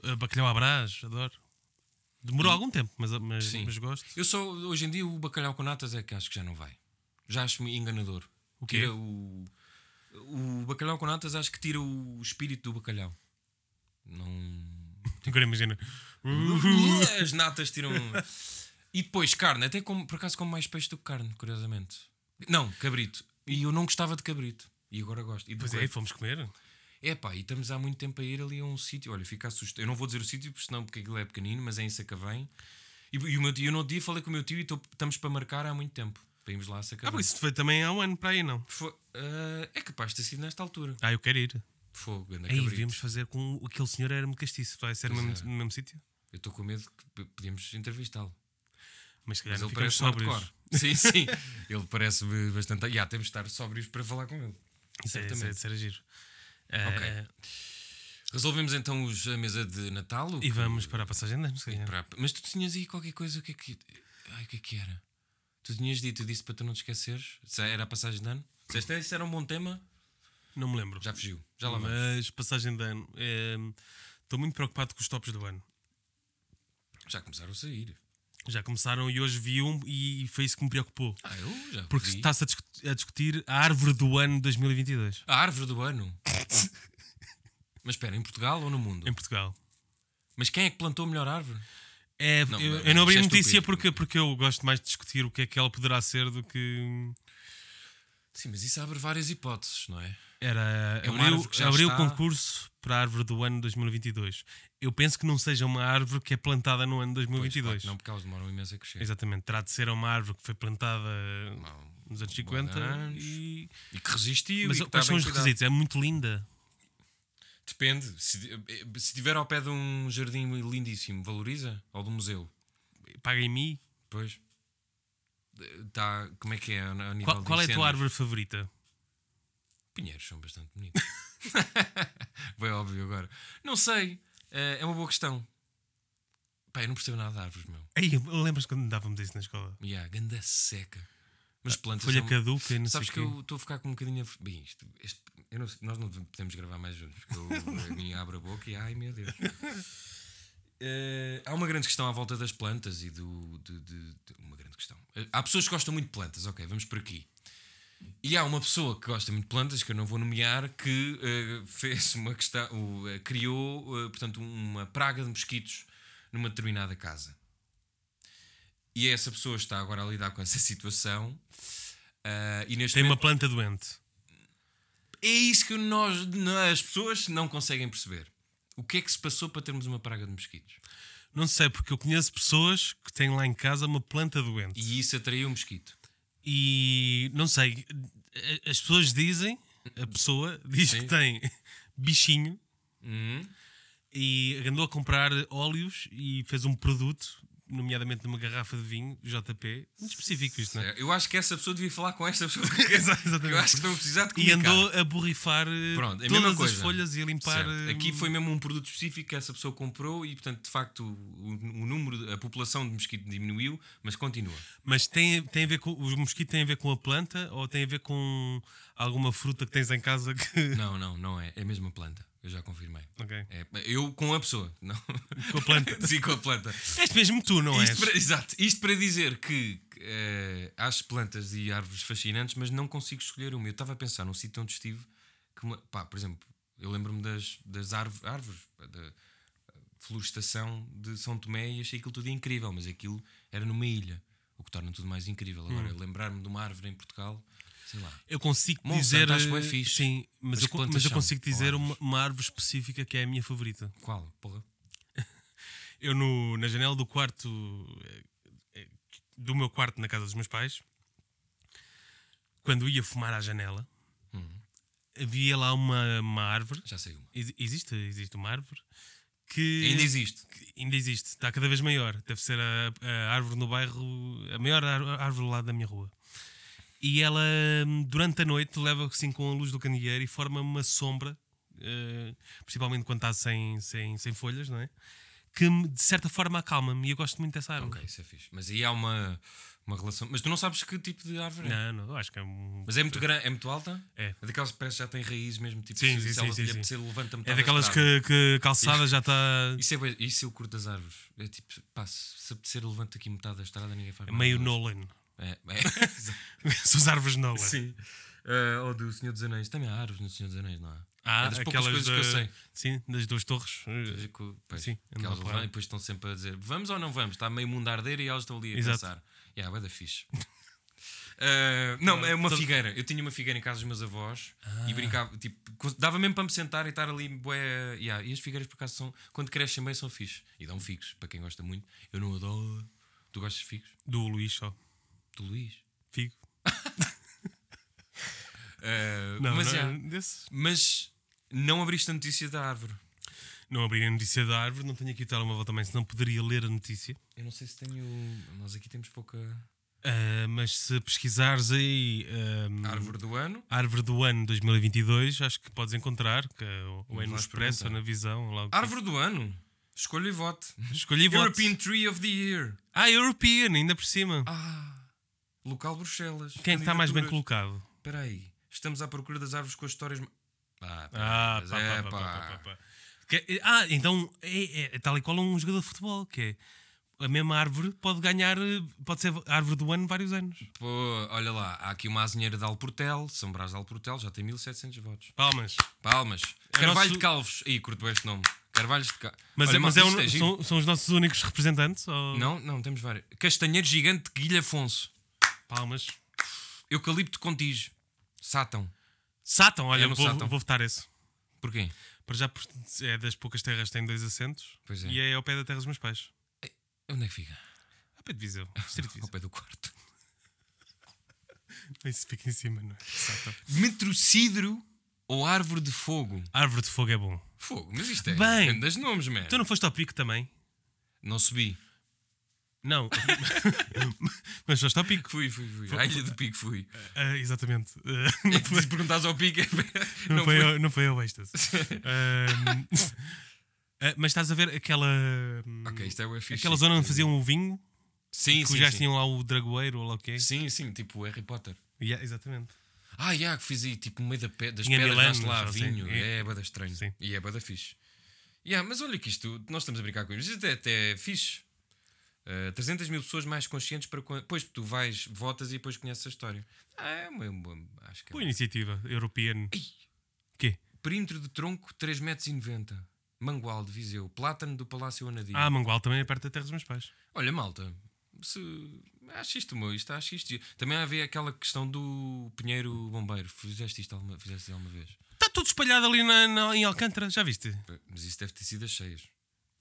Eh, bacalhau à brás, adoro. Demorou algum tempo, mas, mas,
Sim.
mas gosto.
Eu só, hoje em dia, o bacalhau com natas é que acho que já não vai. Já acho-me enganador. O
quê?
Tira o, o bacalhau com natas acho que tira o espírito do bacalhau. Não.
Agora imagina.
As natas tiram. e depois carne, até como, por acaso como mais peixe do que carne, curiosamente. Não, cabrito. E eu não gostava de cabrito. E agora gosto. E de
Pois é, e
coelho.
fomos comer.
é pá, e estamos há muito tempo a ir ali a um sítio. Olha, fica assustado. Eu não vou dizer o sítio, porque senão porque aquilo é pequenino, mas é em Sacavém. E, e o meu tio, eu no outro dia falei com o meu tio e tô- estamos para marcar há muito tempo. Para irmos lá a
Ah,
Sacavém.
porque isso foi também há um ano para aí, não?
Foi- ah, é capaz de ter sido nesta altura.
Ah, eu quero ir. é.
Fogo, anda
Aí
cabrito.
devíamos fazer com aquele senhor era-me castiço. Vai ser no
Pois
mesmo, no mesmo sítio?
Eu estou com medo que p- podíamos entrevistá-lo.
Mas se calhar
Mas
É, não
ele
ficamos
parece um hardcore.
sóbrios. É,
[LAUGHS] Sim,
[LAUGHS]
sim. ele parece bastante. Já temos de estar sóbrios para falar com ele.
Isso é, isso é,
Certamente.
isso era giro. Ah,
Ok. Resolvemos então os, a mesa de Natal. o
e
que-
vamos para a passagem de ano, se calhar.
para- Mas tu tinhas aí qualquer coisa. O que é que. Ai, o que é que era? Tu tinhas dito, eu disse para tu não te esqueceres. Se era a passagem de ano. Disseste, "Ah, isso era um bom tema.
Não me lembro.
Já fugiu. Já lá vamos.
Mas passagem de ano. eh, Estou muito preocupado com os tops do ano.
Já começaram a sair.
Já começaram e hoje vi um e foi isso que me preocupou.
Ah, eu já.
Porque
vi.
está-se a, discu- a discutir a árvore do ano 2022
A árvore do ano. [LAUGHS] Mas espera, em Portugal ou no mundo?
em Portugal.
Mas quem é que plantou a melhor árvore?
É,
Não,
eu,
mas
eu não abri a
isso é
notícia
estúpido.
porque, porque eu gosto mais de discutir o que é que ela poderá ser do que. hum,
Sim, mas isso abre várias hipóteses, não é?
Era.
É uma
abriu
árvore que já
abriu o
está-
concurso para a árvore do ano 2022. Eu penso que não seja uma árvore que é plantada no ano
Pois,
2022.
claro que não, porque elas demoram imenso a crescer.
Exatamente. Terá de ser uma árvore que foi plantada
Não.
nos anos 50
anos.
e.
E que resistiu.
Mas
e que está
quais são
bem
os
cuidado.
requisitos? É muito linda.
Depende. Se, eh, se tiver ao pé de um jardim lindíssimo, valoriza? Ou de um museu?
Paga em mim.
Pois. Tá, como é que é a, a nível
Qual,
de
qual é a
incêndios?
tua árvore favorita?
Pinheiros são bastante bonitos. [LAUGHS] Foi óbvio agora. Não sei. eh, é uma boa questão. Pá, eu não percebo nada de árvores, meu.
Ei, lembras quando dávamos isso na escola?
E há ganda seca. Mas plantas.
Ah, Folha
são-
caduca e não
Sabes
sei
que
o quê.
eu estou a ficar com um bocadinho. af- Bem, isto. este- eu não sei- nós não podemos gravar mais juntos, porque
[LAUGHS]
eu, a mim abro a boca e. Ai meu Deus. Eh, há uma grande questão à volta das plantas e do. de- de- de- uma grande questão. Eh, há pessoas que gostam muito de plantas, ok, vamos por aqui. E há uma pessoa que gosta muito de plantas, que eu não vou nomear, que eh, fez uma questão. o- eh, criou, eh, portanto, uma praga de mosquitos numa determinada casa. E essa pessoa está agora a lidar com essa [LAUGHS] situação. ah, e neste
Tem uma
momento-
planta doente.
É isso que nós, as pessoas não conseguem perceber. O que é que se passou para termos uma praga de mosquitos?
Não sei, porque eu conheço pessoas que têm lá em casa uma planta doente.
E isso atraiu o mosquito.
E não sei, a- as pessoas dizem, a pessoa diz
Sim. Uhum.
que tem [LAUGHS] bichinho e andou a comprar óleos e fez um produto, nomeadamente numa garrafa de vinho, JP, muito específico isto, não é?
Eu acho que essa pessoa devia falar com
[LAUGHS]
esta pessoa. Eu acho que não precisar de
E
comunicar.
andou a borrifar eh,
Pronto, é a mesma
todas as
coisa.
folhas e a limpar.
Certo.
eh,
Aqui foi mesmo um produto específico que essa pessoa comprou e, portanto, de facto, o, o número, a população de mosquito diminuiu, mas
[LAUGHS]
continua.
Mas tem, tem a ver com. Os mosquitos têm a ver com a planta ou tem a ver com alguma fruta que tens em casa que. [LAUGHS]
Não, não, não é. É a mesma planta. Eu já confirmei.
Ok.
É, eu com a pessoa, não.
Com a planta.
[LAUGHS] Sim, com
[LAUGHS]
a planta.
És mesmo tu, não és?
Isto para, exato, isto para dizer que eh, acho plantas e árvores fascinantes, mas não consigo escolher uma. Eu estava a pensar num sítio onde estive, que, me- pá, por exemplo, eu lembro-me das, das árv- árvores, pá, da eh, florestação de São Tomé e achei aquilo tudo incrível, mas aquilo era numa ilha, o que torna tudo mais incrível. Agora, lembrar-me de uma árvore em Portugal, sei lá.
Eu consigo
Monsanto
dizer.
acho bué fixe.
Sim, mas,
Mas
eu,
que
con-
plantas
mas eu
são?
consigo dizer
Ou
uma, uma árvore específica que é a minha favorita.
Qual? Porra.
Eu, no, na janela do quarto. eh, eh, do meu quarto na casa dos meus pais, quando ia fumar à janela,
Uhum.
havia lá uma, uma árvore.
Já sei uma.
Ex- Existe, existe uma árvore que.
Ainda existe.
que ainda existe, está cada vez maior. Deve ser a, a árvore no bairro, a maior ar- árvore lá da minha rua. E ela, hum, durante a noite, leva assim com a luz do candeeiro e forma uma sombra, eh, principalmente quando está sem, sem, sem folhas, não é? Que me, de certa forma acalma-me e eu gosto muito dessa árvore.
Ok, isso é fixe. Mas aí há uma, uma relação. Mas tu não sabes que tipo de árvore é?
Não, não, eu acho que é um.
Mas é muito grande, é muito alta?
É.
Daquelas que parece que já tem raízes mesmo, tipo,
Sim,
se,
sim,
se
sim,
ela
sim,
lhe
sim.
apetecer, levanta metade
É
da
daquelas
estrada.
que, que a calçada já está
Isso, é, bué- isso eu curto das árvores. É tipo, pá, se, se apetecer, levanta aqui metade da estrada, ninguém faz nada.
meio Nolan. [LAUGHS]
É, [LAUGHS] é.
São as árvores Nolan.
Sim. Eh, ou do Senhor dos Anéis. Também há árvores no Senhor dos Anéis, não há?
Há
é das poucas
Ah, aquelas
coisas
da-
que eu sei.
Sim, das duas torres. eh,
Que- pois,
Sim,
que
andam
elas
lá.
levam e depois estão sempre a dizer vamos ou não vamos? Está meio mundo a arder e elas estão ali a
Exato.
pensar. Yeah, bué da fixe. [LAUGHS] Eh, não, é uma
todo-
figueira. Eu tinha uma figueira em casa dos meus avós e brincava, tipo, co- dava mesmo para me sentar e estar ali. Bué, yeah. E as figueiras, por acaso, são, quando crescem bem, são fixes e dão figos para quem gosta muito. Eu não adoro. Tu gostas de figos?
Do Luís só.
Do Luís?
Figo.
Eh,
Não,
mas,
não, é um
yeah.
desse.
mas não abriste a notícia da árvore.
Não abri a notícia da árvore, não tenho aqui o telemóvel também, senão poderia ler a notícia.
Eu não sei se tenho. Nós aqui temos pouca.
Ah, mas se pesquisares aí ahm,
Árvore do ano.
árvore do ano 2022, acho que podes encontrar, que, é o- ou é
Vamos
no
lá
Expresso,
experimentar.
ou na Visão. ou lá o que-
Árvore do ano. Escolha e
[LAUGHS]
vote.
Escolhi votos.
European Tree of the Year.
Ah, European, ainda por cima.
Ah. Local Bruxelas.
Quem é que está mais bem
Candidaturas.
colocado?
Espera aí. Estamos à procura das árvores com as histórias. ma- Ah, pá,
Ah,
mas
pá,
é,
pá, pá,
pá.
pá, pá, pá. Que- ah, então é, é- é tal e qual um jogador de futebol, que é a mesma árvore pode ganhar, eh, pode ser árvore do ano vários anos.
Pô, olha lá, há aqui uma azinheira de Alportel, São Brás de Alportel, já tem 1700 votos.
Palmas.
Palmas.
É
Carvalho
nosso-
de Calvos. Ih, curto bem este nome. Carvalhos de Castro.
Mas, é-
Olha,
mas
malta,
é um-
isto giro.
são, são os nossos únicos representantes? Ou...
Não, não, temos vários. Castanheiro gigante de Guilherme Afonso.
Palmas.
Eucalipto contígio. Sátão.
Sátão, olha,
É no
vou,
Sátão.
vou votar esse.
Porquê?
Para já por- é das poucas terras que tem dois assentos
Pois é.
e é ao pé da terra dos meus pais.
Onde é que fica?
Ao pé de Viseu, distrito de
Ao
Viseu.
pé do quarto.
Isso fica em cima, não é? Sátão.
Metrocidro ou árvore de fogo?
Árvore de fogo é bom.
Fogo, mas isto é.
Bem.
Grandes nomes, man.
Tu não foste ao pico também?
Não subi. [LAUGHS]
Não. mas foste ao pico.
Fui, fui, fui. A Ilha do Pico [LAUGHS] fui.
Ah, exatamente. Ah,
É que se perguntares ao Pico, [LAUGHS] é-
não,
não
foi,
foi.
Ao, não foi ao êxtase. Ah, ah, mas estás a ver aquela. hum,
Ok, isto é o fixe.
Aquela zona onde faziam o vinho,
Sim,
que
sim,
já
sim.
tinham lá o dragoeiro ou lá o quê?
Sim, sim, tipo o Harry Potter.
Yeah, exatamente.
Ah, já, que fiz aí, tipo, no meio da pe das
Tinha
pedras,
mil
nasce lá
anos, ou assim,
vinho.
é.
É, é bada estranho.
Sim.
E é bada fixe. Yeah, mas olha que isto, nós estamos a brincar com isto. Isto é até fixe. Ah, 300 mil pessoas mais conscientes para. co- Pois tu vais, votas e depois conheces a história. Ah, é uma. uma- acho que é
Boa
uma-
iniciativa europeana.
Ei!
Quê?
Perímetro de tronco 3,90 metros. Mangual de Viseu. Plátano do Palácio Anadia.
Ah, Mangual também é perto da terra dos meus pais.
Olha, malta, se... acho isto, meu, isto, acho isto. Também havia aquela questão do Pinheiro Bombeiro. Fizeste isto alguma, fizeste alguma vez?
Está Tá tudo espalhado ali na- na- em Alcântara, já viste?
Mas isso deve ter sido as cheias.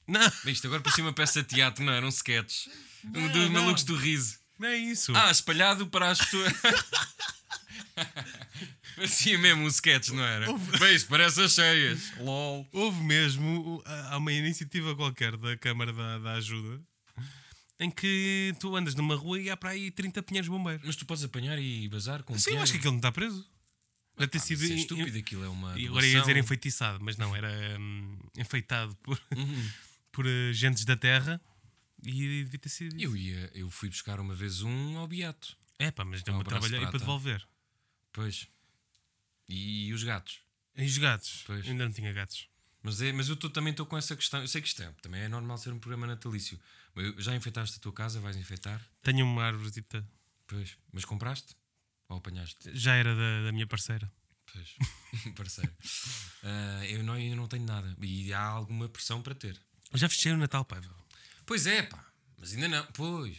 Não,
Bem, Isto agora parecia uma peça de teatro, não? é? Eram sketches. um dos
não.
malucos do riso.
não é isso.
Ah, espalhado para as pessoas. [LAUGHS] parecia mesmo um sketch, não era? Bem, isso parece as cheias. LOL.
Houve mesmo uh, há uma iniciativa qualquer da Câmara da, da Ajuda em que tu andas numa rua e há para aí 30 pinheiros bombeiros.
Mas tu podes apanhar e bazar com um
Sim, eu acho que
pinheiro?
aquilo não está preso. Deve ter
Ah, mas
sido.
isso é
em-
estúpido, aquilo é uma.
E agora ia
doação.
dizer enfeitiçado, mas não, era hum, enfeitado por,
Uhum.
[LAUGHS] por uh, gentes da terra e devia ter sido. isso.
Eu, ia, eu fui buscar uma vez um ao Beato.
É pá, mas
Um
deu-me a
abraço
trabalhar e
prata.
para devolver.
Pois. E, e os gatos.
E os gatos?
Pois.
Ainda não tinha gatos.
Mas, é, mas eu tô- também estou com essa questão. Eu sei que isto é, também é normal ser um programa natalício. Mas eu- já enfeitaste a tua casa? Vais enfeitar?
Tenho uma tipo, árvorezita.
Pois. Mas compraste? Ou apanhaste?
Já era da, da minha parceira.
Pois. [LAUGHS] Parceiro. Ah, eu, não, eu não tenho nada. E há alguma pressão para ter.
Já fechei o Natal, Paiva.
Pois é, pá. Mas ainda não. Pois.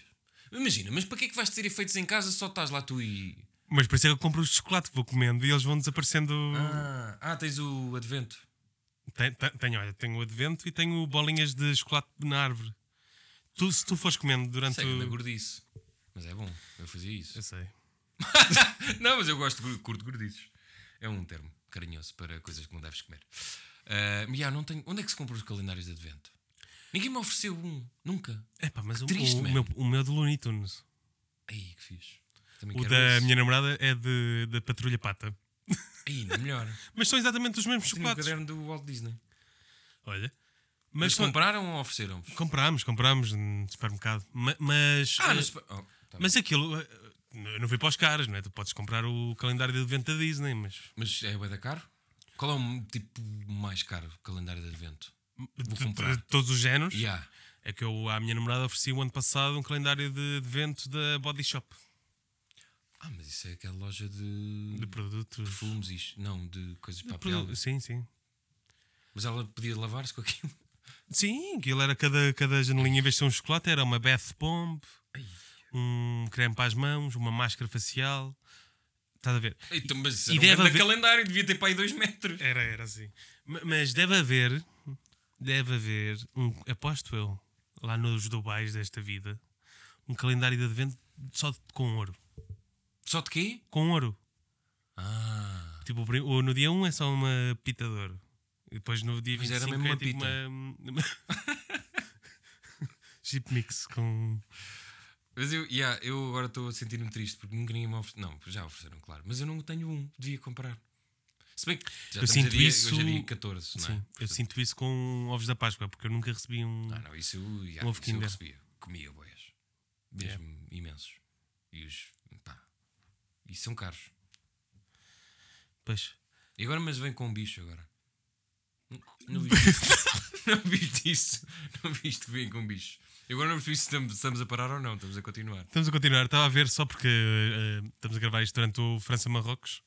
Imagina, mas para que é que vais ter efeitos em casa se só estás lá tu e.
Mas por isso é que eu compro os de chocolate que vou comendo e eles vão desaparecendo.
Ah, ah tens o advento.
Ten- ten- Tenho, olha, tenho o advento e tenho bolinhas de chocolate na árvore. Tu, se tu fores comendo durante.
Sei, na
o...
gordice. Mas é bom. Hum. Eu fazia isso.
Eu sei.
Não, mas eu gosto, de- curto gordices. É um termo carinhoso para coisas que não deves comer. Ah, mas já não tenho. Onde é que se compram os calendários de advento? Ninguém me ofereceu um, nunca.
Epá, mas o,
triste,
o
man.
meu, o meu de Looney Tunes.
Aí que fiz. Também
O
quero
da
esse.
minha namorada é de, da Patrulha Pata.
Ainda [LAUGHS] melhor.
Mas são exatamente os mesmos
Tenho o
chocolates.
um caderno do Walt Disney.
Olha. Mas,
Mas,
são-
compraram ou ofereceram-vos?
comprámos, comprámos no supermercado. Ma- Mas.
Ah,
eh,
no super- oh, tá bem.
mas aquilo. eh, eh, Não foi para os caras, não é? Tu podes comprar o calendário de advento da Disney, mas.
mas é o da caro? Qual é o tipo mais caro calendário de advento?
de- de-
comprar.
de todos os géneros.
Já.
É que eu à minha namorada ofereci o ano passado um calendário de advento da Body Shop.
Ah, mas isso é aquela loja de,
De produtos.
perfumes e isto- Não, de coisas de papel.
Produ- Sim, sim.
Mas ela podia lavar-se com aquilo. [LAUGHS]
Sim, aquilo era cada, cada janelinha, em vez de ser um chocolate, era uma bath bomb, um creme para as mãos, uma máscara facial. Estás a ver?
Então, mas isso
E
era um
deve
grande
haver-
calendário, devia ter para aí 2 metros.
Era, era assim. Ma- Mas deve haver, deve haver, um, aposto eu, lá nos Dubais desta vida, um calendário de advento só de- com ouro.
Só de quê?
Com ouro.
Ah,
Tipo, o prim- o- no dia 1 é só uma pita de ouro. E depois no dia
Mas era
25
mesmo
é
uma
tipo
pita.
uma... [LAUGHS] Chip mix com...
mas eu, yeah, eu agora estou a sentir-me triste porque nunca ninguém me ofereceu. Não, já ofereceram, claro, mas eu não tenho um, devia comprar. Se bem que já
Eu
estamos
sinto
a dia,
isso-
hoje é dia 14, não é?
Sim, eu sinto isso com ovos da Páscoa, porque eu nunca recebi um.
Ah, não, isso, eu- yeah,
Um ovo
isso eu
Kinder.
recebia. Comia boias. Mesmo imensos. E os. pá. E são caros.
Pois.
E agora, mas vem com um bicho agora. Não viste isso. não viste isso. Não viste que vem com um bicho. Eu agora não percebi se estamos, estamos a parar ou não. Estamos a continuar.
Estamos a continuar, estava a ver só porque eh, estamos a gravar isto durante o França-Marrocos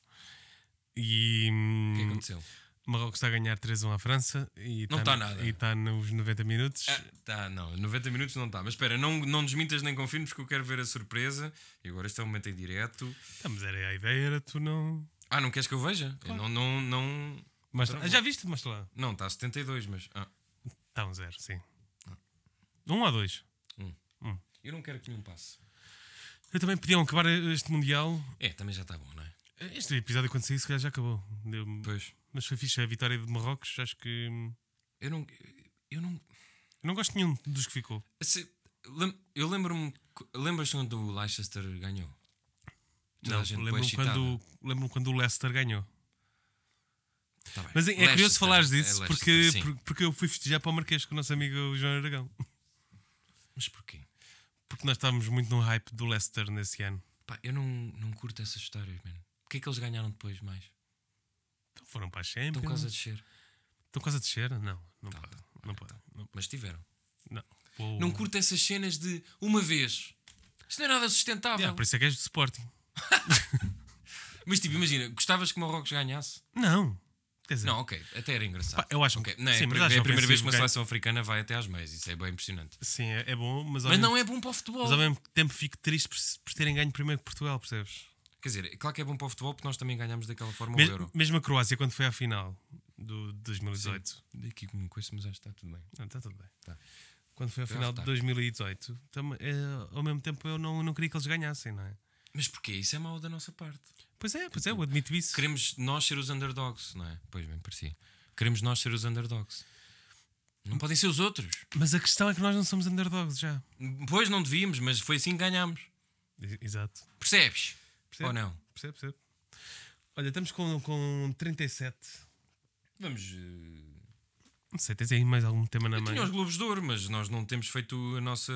e
O que é que
hum,
aconteceu?
Marrocos está a ganhar 3-1 à França e
Não
tá
tá nada.
E está nos 90 minutos.
Ah, tá, não, 90 minutos não está. Mas espera, não, não desmintas nem confirmes que eu quero ver a surpresa. E agora este é um momento em direto.
Tá, mas era a ideia, era tu não.
Ah, não queres que eu veja? Eu não, não, não.
Mas,
Então
ah, já viste? Mas lá.
Não, está a 72, mas. Ah,
Está um zero, sim. Um ou dois.
eu não quero que nenhum passe.
Eu também podiam acabar este Mundial.
É, também já está bom, não é?
Este episódio, quando sair, se calhar já acabou. Deu-
Pois.
Mas foi fixe a vitória de Marrocos. Acho que. hum,
Eu não. Eu não.
Eu não gosto de nenhum dos que ficou.
se- lem- eu lembro-me. co- Lembras-te quando o Leicester ganhou? Toda
Não,
a gente bué
lembro-me
excitada.
quando, lembro-me quando o Leicester ganhou.
Tá bem.
Mas é, é
Leicester,
curioso falares
é
disso,
Leicester,
porque,
sim.
por- porque eu fui festejar para o Marquês com o nosso amigo João Aragão.
Mas porquê?
Porque nós estávamos muito no hype do Leicester nesse ano.
Pá, eu não, não curto essas histórias, mano. Porquê é que eles ganharam depois mais?
Então foram para a
Estão
Champions.
quase a descer.
Estão quase a descer? Não, não
Tá,
pode.
tá.
Não pode. Não.
Mas tiveram.
não. Vou-
Não curto essas cenas de uma vez. Isso não é nada sustentável.
Ah, por isso é que és do Sporting.
Mas tipo, imagina, gostavas que o Marrocos ganhasse?
Não. Quer dizer,
Não, ok, até era engraçado.
Pá, eu acho
Ok,
que-
Não, é,
sim,
a
mas
pri-
acho
é a primeira vez que uma
ofensivo,
seleção africana vai até às meias, isso é bem impressionante.
Sim, é, é bom, mas ao,
Mas
mesmo,
não é bom para o futebol.
mas ao mesmo tempo fico triste por, se- por terem ganho primeiro que Portugal, percebes?
Quer dizer, é claro que é bom para o futebol porque nós também ganhamos daquela forma
Mes-
o Um euro.
mesmo a Croácia, quando foi à final do de 2018.
Daqui como coisa, mas acho que está tudo bem.
Não, está tudo bem.
Tá.
Quando foi a
Foi à
final de
vontade.
2018, tam- eh, ao mesmo tempo eu não, não queria que eles ganhassem, não é?
Mas porquê? Isso é mau da nossa parte.
Pois é, pois é, eu admito isso.
Queremos nós ser os underdogs, não é? Pois bem, parecia. Queremos nós ser os underdogs. Não podem ser os outros.
Mas a questão é que nós não somos underdogs já.
Pois não devíamos, mas foi assim que ganhámos.
I- Exato.
Percebes?
Percebo.
Ou não?
Percebe, percebe. Olha, estamos com, com 37.
Vamos. eh,
Não sei, tens aí mais algum tema na
Eu tinha os
mão?
Globos de Ouro, mas nós não temos feito a nossa.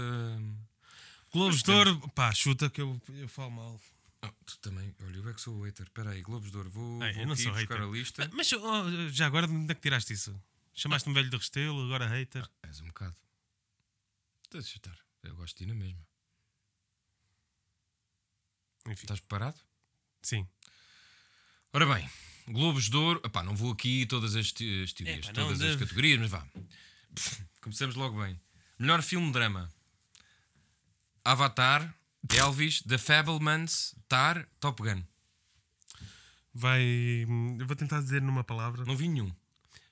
Globos de Ouro, pá, chuta que eu, eu falo mal.
Ah, tu também. Olha, eu é que sou o hater. Espera aí, Globos de Ouro, vou,
Ai,
vou
Ah, eu não
aqui
sou
buscar
hater.
a lista.
Mas, mas, oh, já agora, de onde é que tiraste isso? Chamaste-me velho de Restelo, agora hater.
És um bocado. Deixa estar. Eu gosto de ir na mesma.
Enfim,
Estás preparado?
sim.
Ora bem, Globos de Ouro. Epá, não vou aqui todas as, te- as teorias,
Epá, não
todas as
deve.
categorias, mas vá. [LAUGHS] Começamos logo bem. Melhor filme drama: Avatar, Elvis, The Fablemans, Tar, Top Gun.
Vai. hum, Eu vou tentar dizer numa palavra.
Não vi nenhum.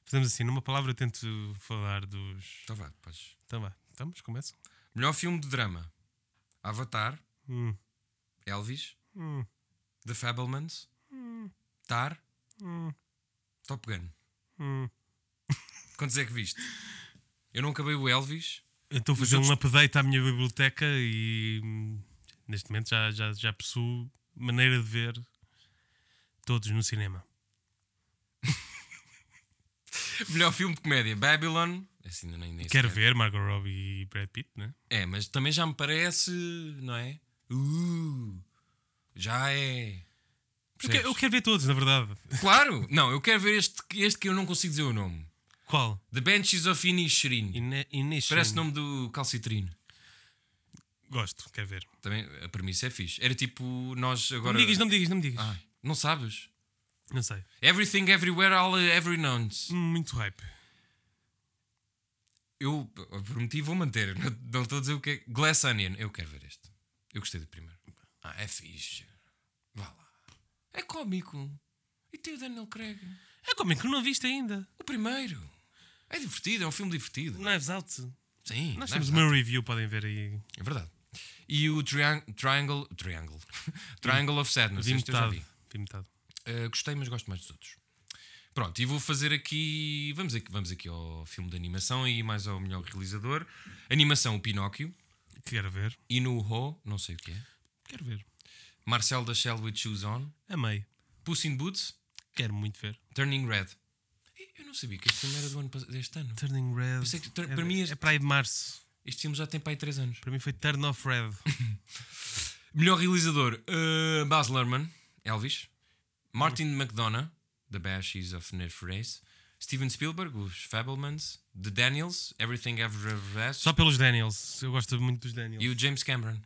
Fazemos assim, numa palavra eu tento falar dos.
Então vá, podes.
Então vá, estamos, começa.
Melhor filme de drama: Avatar,
Hum.
Elvis,
Hum.
The Fablemans, Tar, Top Gun.
Hum. [LAUGHS]
Quantos é que viste? Eu não acabei o Elvis. [LAUGHS]
Eu estou a fazer
outros-
um update à minha biblioteca e hum, neste momento já, já, já possuo maneira de ver todos no cinema.
Melhor filme de comédia: Babylon. Esse ainda nem, nem
Quero
sequer-
ver Margot Robbie e Brad Pitt, né?
É, mas também já me parece, não é? Uh, já é.
Eu, que- eu quero ver todos, na verdade.
Claro! Não, eu quero ver este, este que eu não consigo dizer o nome:
Qual?
The Benches of Inisherin.
Ine- Inês.
Parece o
Shane.
nome do calcitrino.
Gosto, quero ver.
Também a premissa é fixe. Era tipo, nós
Não
agora. Ah.
me digas, não me digas, não me digas.
Ai, não sabes?
Não sei.
Everything, everywhere, all, every nonce.
Hum, Muito hype.
Eu p- prometi e vou manter. Não não estou a dizer o que é. Glass Onion. Eu quero ver este. Eu gostei do primeiro. Ah, é fixe. Vá lá. É cómico. E tem o Daniel Craig.
É como é que não viste ainda?
O primeiro. É divertido, é um filme divertido.
Knives Out. Nós
Sim, não é
temos
verdade.
uma review, podem ver aí.
É verdade. E o triang Triangle. Triangle. [LAUGHS] triangle of Sadness.
Vi
Este eu já
metade.
vi.
Vi metade.
Uh, gostei, mas gosto mais dos outros. Pronto, e vou fazer aqui. Vamos aqui, vamos aqui ao filme de animação e mais ao melhor realizador. Animação: o Pinóquio.
Quero ver.
E no Ho, não sei o que é.
Quero ver.
Marcel da Shell with Shoes On.
Amei.
Puss in Boots.
Quero muito ver.
Turning Red. Ih, Eu não sabia que este filme era do ano, pas- deste ano.
Turning Red.
Sei que tur-
é,
para mim
é
este-
para aí de março.
Este filme já tem para aí 3 anos.
Para mim foi Turn Off
[LAUGHS]
Red.
Melhor realizador: uh, Baz Luhrmann, Elvis. Martin McDonough, The Banshees of Nerfrace. Steven Spielberg, Os Fablemans. The Daniels, Everything Everywhere.
Só pelos Daniels. Eu gosto muito dos Daniels.
E o James Cameron.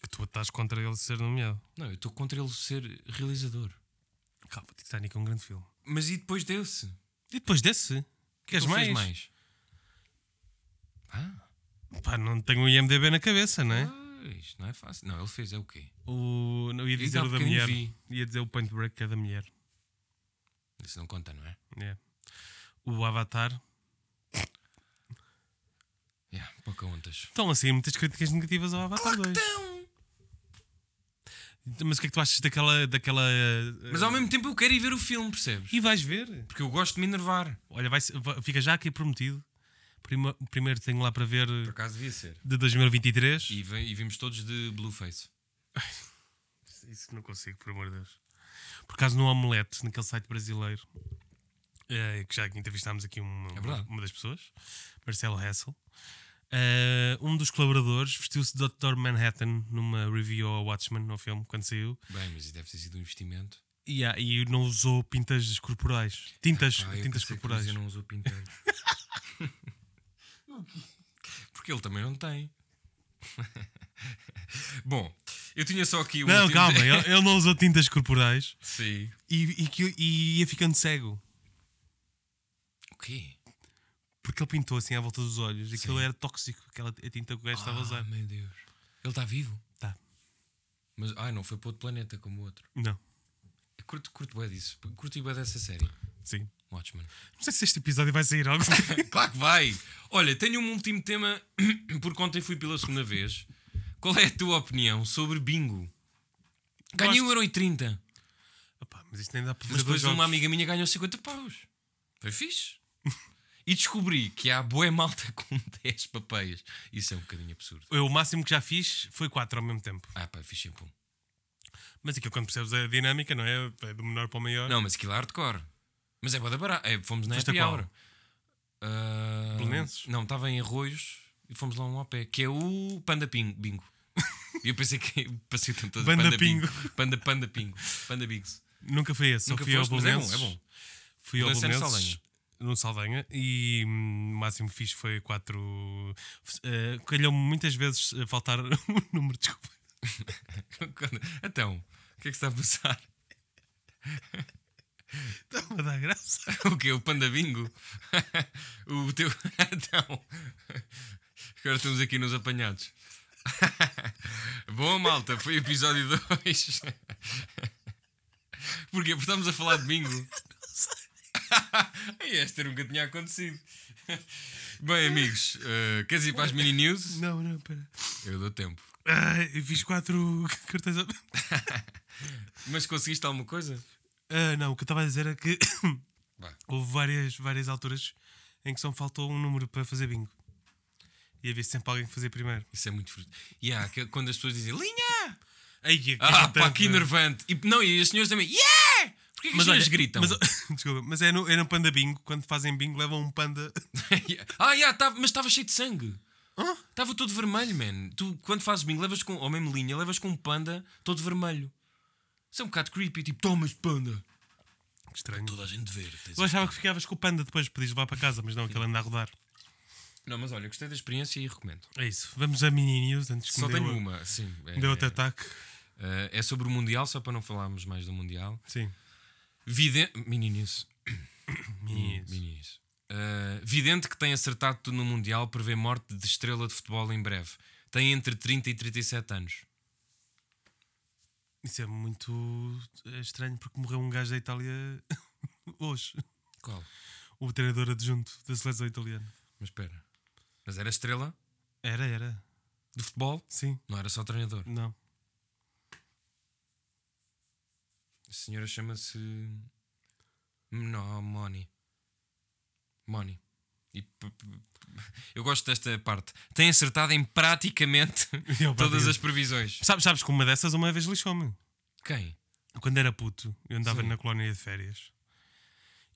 Que tu estás contra ele ser nomeado.
Não, eu estou contra ele ser realizador.
Calma, Titanic é um grande filme.
Mas e depois desse?
E depois desse? Queres
Ele fez
mais?
mais? Ah,
Pá, não tenho um o IMDB na cabeça, não é?
pois, não é fácil. Não, ele fez é o quê?
O, não ia
Eu
dizer
há
o da
bocadinho
mulher.
vi.
Ia dizer o Point Break que é da mulher.
Isso não conta, não é?
É. O Avatar.
Yeah, pouca ontas.
Estão assim muitas críticas negativas ao Avatar 2.
Então,
Mas o que é que tu achas daquela. daquela eh,
mas ao mesmo tempo eu quero ir ver o filme, percebes?
E vais ver.
Porque eu gosto de me enervar.
Olha, vai, ser- va- fica já aqui prometido. Prima- primeiro tenho lá para ver
Por acaso devia ser.
de 2023.
E, vem- e vimos todos de Blueface.
Isso não consigo, por amor de Deus. Por acaso no Omelete, naquele site brasileiro, eh, que já entrevistámos aqui uma,
verdade.
uma das pessoas, Marcelo Hessel, eh, um dos colaboradores vestiu-se de Dr. Manhattan numa review ao Watchmen, ao filme, quando saiu,
Bem, mas isso deve ter sido um investimento.
e, ah, e não usou pintas corporais. Tintas,
Ah, eu
tintas
pensei que
corporais.
dizia não usou
[LAUGHS]
pintelhos. Porque ele também não tem. [LAUGHS] Bom, eu tinha só aqui o
Não,
último-
calma, ele, ele não usou tintas corporais
Sim.
e, e que- e ia ficando cego.
O quê?
Porque ele pintou assim à volta dos olhos. e Aquilo era tóxico, aquela a tinta que o gajo estava a
Ah,
usar.
meu Deus. Ele está vivo?
Tá.
Mas, ai, não foi para outro planeta como o outro.
Não,
Eu curto, curto bem disso. Curto bem dessa série.
sim.
Watchmen.
Não sei se este episódio vai sair
[LAUGHS]
algo.
claro que vai. Olha, tenho um último tema, [CLEARS THROAT] porque ontem fui pela segunda vez. Qual é a tua opinião sobre bingo? Ganhei
Gosto.
1,30€.
Opá, mas isto nem dá para
Mas
fazer dois
depois
jogos.
uma amiga minha ganhou 50 paus. Foi fixe. [LAUGHS] E descobri que há boa malta [LAUGHS] com 10 papéis. Isso é um bocadinho absurdo.
Eu, o máximo que já fiz foi quatro ao mesmo tempo.
Ah, pá, fixe sempre um.
Mas aquilo quando percebes a dinâmica, não é? É do menor para o maior.
Não, mas aquilo é hardcore. Mas é boa da barata. É, fomos na
Foste a
happy
qual?
hour. Ah,
Belenenses?
Não, estava em Arroios e fomos lá um ao pé, que é o Panda Ping-
[LAUGHS]
Bingo. E eu pensei que [LAUGHS] passei tantas
Banda
Panda, panda Pingo. Panda Bigs.
Nunca foi esse. Só
Nunca
fui ao
foste, mas é bom,
Belenenses.
é bom.
Fui ao
Belenenses é no
Belenenses. No Saldanha. E hum, o máximo que fiz foi quatro... eh, Calhou-me muitas vezes eh, faltar [LAUGHS] um número, desculpa.
Então, o que é que se está a passar?
Estava a dar graça.
[LAUGHS] O que? O Panda Bingo? o teu. então. Agora estamos aqui nos apanhados. Bom, malta, foi o episódio 2. Porquê? Porque estamos a falar de bingo. e esta nunca tinha acontecido. Bem, amigos, eh, queres ir para as mini news?
Não, não, pera.
Eu dou tempo.
Ah, eu fiz quatro [LAUGHS] cartões... ao-
Mas conseguiste alguma coisa?
Ah, não, o que eu estava a dizer é que
Vá.
[COUGHS] houve várias, várias alturas em que só me faltou um número para fazer bingo. E havia sempre alguém que fazia primeiro.
Isso é muito frustrante. E há que- é quando as pessoas dizem linha!
Ai, é, que
Ah, pá,
irritante,
que
meu.
enervante! E, não, e os senhores também, yeah! Porquê que os senhores gritam?
Mas, [COUGHS] desculpa, mas é no, é no panda bingo. Quando fazem bingo, levam um panda. [COUGHS]
ah, [LAUGHS] yeah, tava- mas estava cheio de sangue. Estava todo vermelho, man. Tu, quando fazes bingo, levas com, ou mesmo linha, levas com um panda todo vermelho. Isso é um bocado creepy, tipo, tomas panda.
Que estranho.
Toda a gente ver. tens-
Eu achava que ficavas com o panda depois, podias levar para casa, mas não, aquele anda a rodar.
Não, mas olha, gostei da experiência e recomendo.
É isso. Vamos à mini news antes que
Só
me dê
tenho
o-
uma, sim. É,
me dê outro ataque.
eh, é sobre o Mundial, só para não falarmos mais do Mundial.
Sim.
Vide... Mini news.
Mini news.
Mini news. Eh, vidente que tem acertado tudo no Mundial prevê morte de estrela de futebol em breve. Tem entre 30 e 37 anos.
Isso é muito eh, estranho porque morreu um gajo da Itália [COUGHS] hoje.
Qual?
O treinador adjunto da seleção italiana.
Mas espera. Mas era estrela
Era, era.
de futebol?
Sim,
Não era só treinador.
não.
A senhora chama-se. Não, Moni. Moni. E p- p- eu gosto desta parte. Tem acertado em [LAUGHS] praticamente
Eu,
todas
praticamente.
as previsões.
Sabes, sabes que uma dessas uma vez lixou-me.
Quem?
Quando era puto, eu andava
Sim.
na colónia de férias.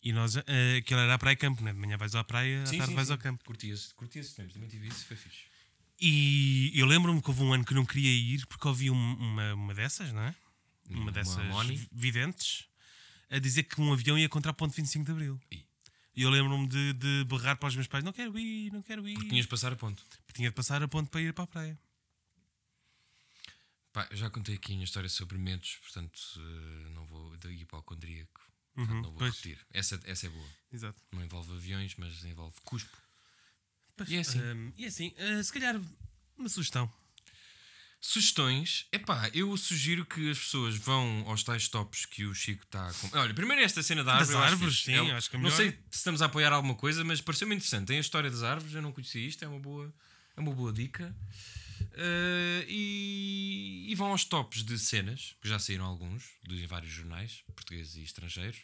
E nós, eh, aquilo era a praia e campo, né? De manhã vais à praia, à tarde vais ao campo.
Curtia-se, curtia-se tempos. Também tive isso, foi fixe.
E eu lembro-me que houve um ano que não queria ir porque ouvi um- uma, uma dessas, não é? Uma,
Uma
dessas
Moni.
videntes a dizer que um avião ia contra a ponte 25 de Abril.
Ih.
E eu lembro-me de, de berrar para os meus pais: não quero ir, não quero ir.
Tinhas de passar a ponto.
Tinha de passar a ponte para ir para a praia.
Pá, eu já contei aqui a minha história sobre medos, portanto eh, não vou da hipocondríaco. Portanto,
Uhum,
não vou
pois.
repetir. Essa, essa é boa.
Exato.
Não envolve aviões, mas envolve cuspo.
Pois,
E é assim.
hum, e é assim, ah, se calhar uma sugestão.
Sugestões? Epá, eu sugiro que as pessoas vão aos tais tops que o Chico está a com... Olha, primeiro esta cena da
Das
árvore. eu acho
árvores,
fixe.
sim,
Eu
acho que é
Não
melhor.
sei se estamos a apoiar alguma coisa, mas pareceu-me interessante. Tem a história das árvores, eu não conhecia isto, é uma boa, é uma boa dica. Eh, e, e vão aos tops de cenas, que já saíram alguns, de vários jornais, portugueses e estrangeiros.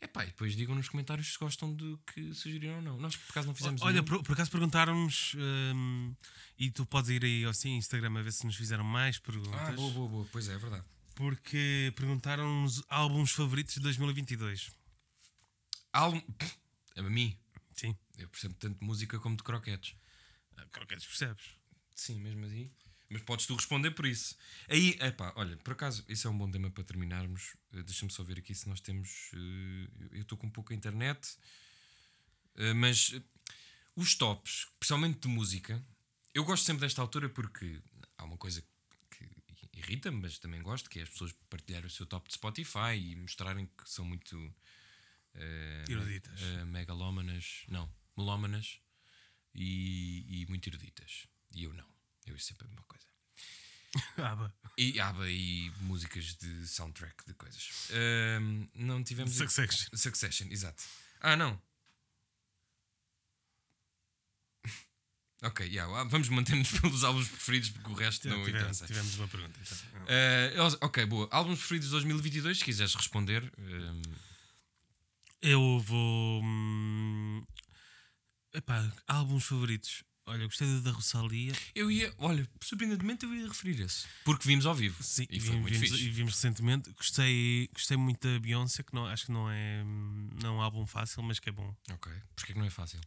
Epá, e depois digam nos comentários se gostam do que sugeriram ou não. Nós, por acaso, não fizemos
Olha,
nenhum.
por, por acaso perguntaram-nos, hum, e tu podes ir aí ao sim, Instagram a ver se nos fizeram mais perguntas.
Ah, boa, boa, boa. Pois é, é verdade.
Porque perguntaram-nos álbuns favoritos de 2022.
Álbum... A mim,
Sim,
eu percebo tanto de música como de croquetes.
Ah, croquetes, percebes?
Sim, mesmo assim. Mas podes tu responder por isso. Aí, epá, olha, por acaso, isso é um bom tema para terminarmos. Eh, Deixa-me só ver aqui se nós temos. eh, eu estou com pouca internet, eh, mas eh, os tops, principalmente de música, eu gosto sempre desta altura porque há uma coisa que irrita-me, mas também gosto, que é as pessoas partilharem o seu top de Spotify e mostrarem que são muito. eh,
Eruditas.
eh, megalómanas. Não, melómanas e, e muito eruditas. E eu não. Eu ouço sempre a mesma coisa.
[LAUGHS] Ah, bah.
E aba e músicas de soundtrack de coisas. Ahm, não tivemos.
Succession.
Succession, exato. Ah, não. ok, yeah, ah, vamos manter-nos [LAUGHS] pelos álbuns preferidos porque o resto não
tivemos,
interessa.
tivemos uma pergunta. então.
Ah, ok, boa. Álbuns preferidos de 2022, se quiseres responder. ehm, ahm,
Eu vou. hum, epá, álbuns favoritos. Olha, eu gostei do da Rosalia.
eu ia, olha, surpreendentemente eu ia referir esse. Porque vimos ao vivo.
Sim,
e
e
foi
vimos,
muito
vimos-
fixe.
e vimos recentemente. Gostei, gostei muito da Beyoncé, que não, acho que não é, hum, não é um álbum fácil, mas que é bom.
Ok, porque é que não é fácil?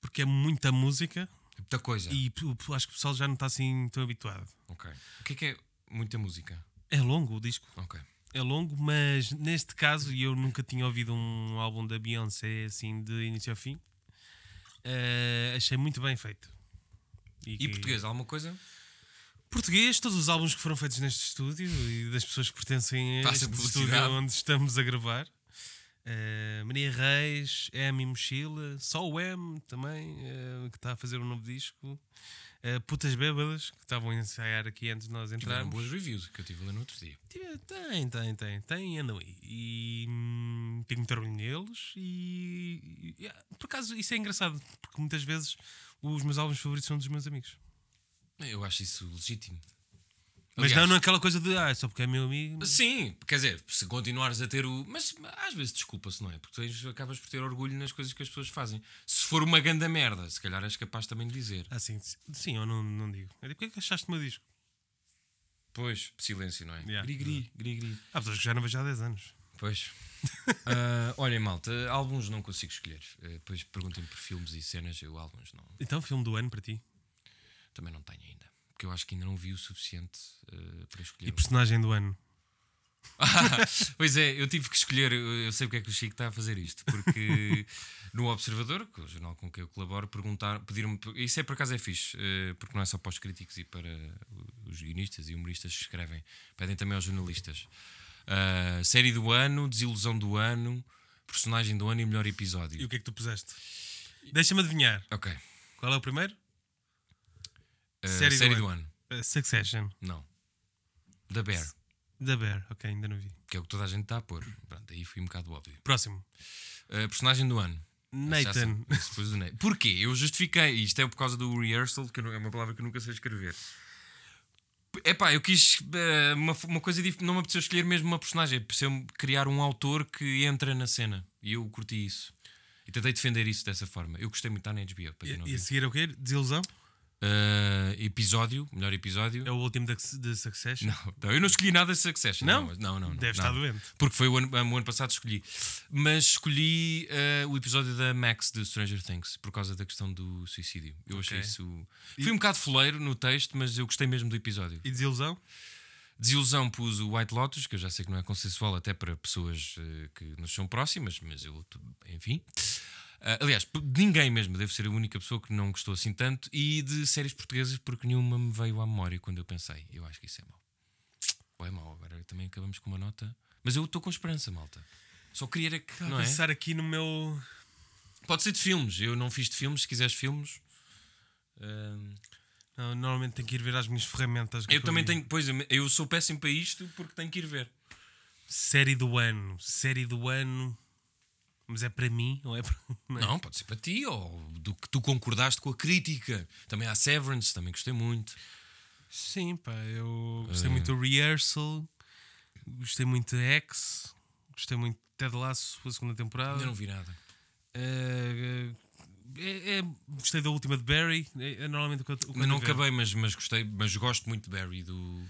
Porque é muita música
É muita coisa.
e p- p- acho que o pessoal já não está assim tão habituado.
Ok. O que é que é muita música?
É longo o disco,
Ok.
é longo, mas neste caso, e eu nunca tinha ouvido um álbum da Beyoncé assim de início ao fim, eh, achei muito bem feito.
E
que-
português, alguma coisa?
Português, todos os álbuns que foram feitos neste estúdio e das pessoas que pertencem a
Faça
este
publicidade.
estúdio onde estamos a gravar. Eh, Maria Reis, M e Mochila, só o M também, eh, que está a fazer um novo disco. Eh, Putas Bêbadas, que estavam a ensaiar aqui antes de nós
Tiveram
entrarmos.
boas reviews que eu tive lá no outro dia.
Tive- Tem, tem, tem, tem, e andam aí. E hum, tenho muito orgulho neles. E, e, ah, por acaso isso é engraçado, porque muitas vezes os meus álbuns favoritos são dos meus amigos.
Eu acho isso legítimo.
Mas
Aliás,
não naquela coisa de ah, só porque é meu amigo.
Sim, quer dizer, se continuares a ter o. Mas às vezes desculpa-se, não é? Porque tu tens- acabas por ter orgulho nas coisas que as pessoas fazem. Se for uma ganda merda, se calhar és capaz também de dizer.
Ah, sim, s- sim, eu não, não digo. Eu digo, Porquê é que achaste o meu disco?
Pois, silêncio, não é?
Yeah.
Gri-gri, gri-gri.
Há pessoas que já não vejo há 10 anos.
Pois. [LAUGHS] Ah, olhem, malta, alguns não consigo escolher. Ah, depois perguntem por filmes e cenas, eu alguns não.
Então, filme do ano para ti?
Também não tenho ainda. Porque eu acho que ainda não vi o suficiente eh, para escolher.
E personagem do ano?
Ah, [LAUGHS] pois é, eu tive que escolher. Eu eu sei porque é que o Chico está a fazer isto. [LAUGHS] Porque no Observador, que é o jornal com que eu colaboro, perguntar, pediram-me. Isso é por acaso é fixe, eh, porque não é só para os críticos e para os guionistas e humoristas que escrevem. Pedem também aos jornalistas. Ah, série do ano, desilusão do ano, personagem do ano e melhor episódio.
E o que é que tu puseste? Deixa-me adivinhar.
Ok.
Qual é o primeiro?
Ah,
Série
série
do
do,
ano.
ano.
Uh, Succession.
Não. The Bear,
Da Bear. Ok, ainda não vi.
que é o que toda a gente está a pôr. Pronto, aí fui um bocado óbvio.
Próximo.
Ah, personagem do ano. Já sei,
Nathan.
esse pus o Nathan. Porquê? Eu justifiquei. Isto é por causa do rehearsal, que eu não- é uma palavra que eu nunca sei escrever. É pá, eu quis eh, uma, f- uma coisa diferente. Não me apeteceu escolher mesmo uma personagem. Apeteceu-me criar um autor que entra na cena. E eu curti isso. E tentei defender isso dessa forma. Eu gostei muito tá da HBO. Para
E,
quem não
e a
viu.
seguir é o quê? Desilusão?
Eh, episódio, melhor episódio.
É o último da, de Succession?
[LAUGHS] Não, não, eu não escolhi nada de Succession.
Não?
mas- não, não. não,
Deve
não.
estar doente.
Porque foi o ano, ah, o ano passado que escolhi. Mas escolhi eh, o episódio da Max de Stranger Things por causa da questão do suicídio. Eu achei
Ok.
isso. Fui um bocado foleiro no texto, mas eu gostei mesmo do episódio.
E desilusão?
Desilusão pus o White Lotus, que eu já sei que não é consensual até para pessoas eh, que nos são próximas, mas eu, t- enfim. Ah, aliás, p- de ninguém mesmo, devo ser a única pessoa que não gostou assim tanto. E de séries portuguesas, porque nenhuma me veio à memória quando eu pensei. Eu acho que isso é mau. Ou é mau, agora também acabamos com uma nota. Mas eu estou com esperança, malta. Só queria era que.
Estava
Não
a
é?
pensar aqui no meu.
Pode ser de filmes, eu não fiz de filmes. Se quiseres filmes. ah,
Não, normalmente tenho que ir ver as minhas ferramentas. que
eu também
digo.
tenho. Pois, eu- eu sou péssimo para isto porque tenho que ir ver.
Série do ano. Série do ano. Mas é para mim, ou é para. [LAUGHS] Não. é?
Não, pode ser para ti ou do que tu concordaste com a crítica. Também há Severance, também gostei muito.
Sim, pá. Eu
É.
gostei muito do Rehearsal. Gostei muito de X. Gostei muito de Ted Lasso, a segunda temporada.
Ainda não vi nada.
Ah, Eh, eh, é- é- gostei da última de Barry. É, é normalmente o que eu, o que eu
Mas não
tô a ver.
acabei, mas, mas gostei, mas gosto muito de Barry e do,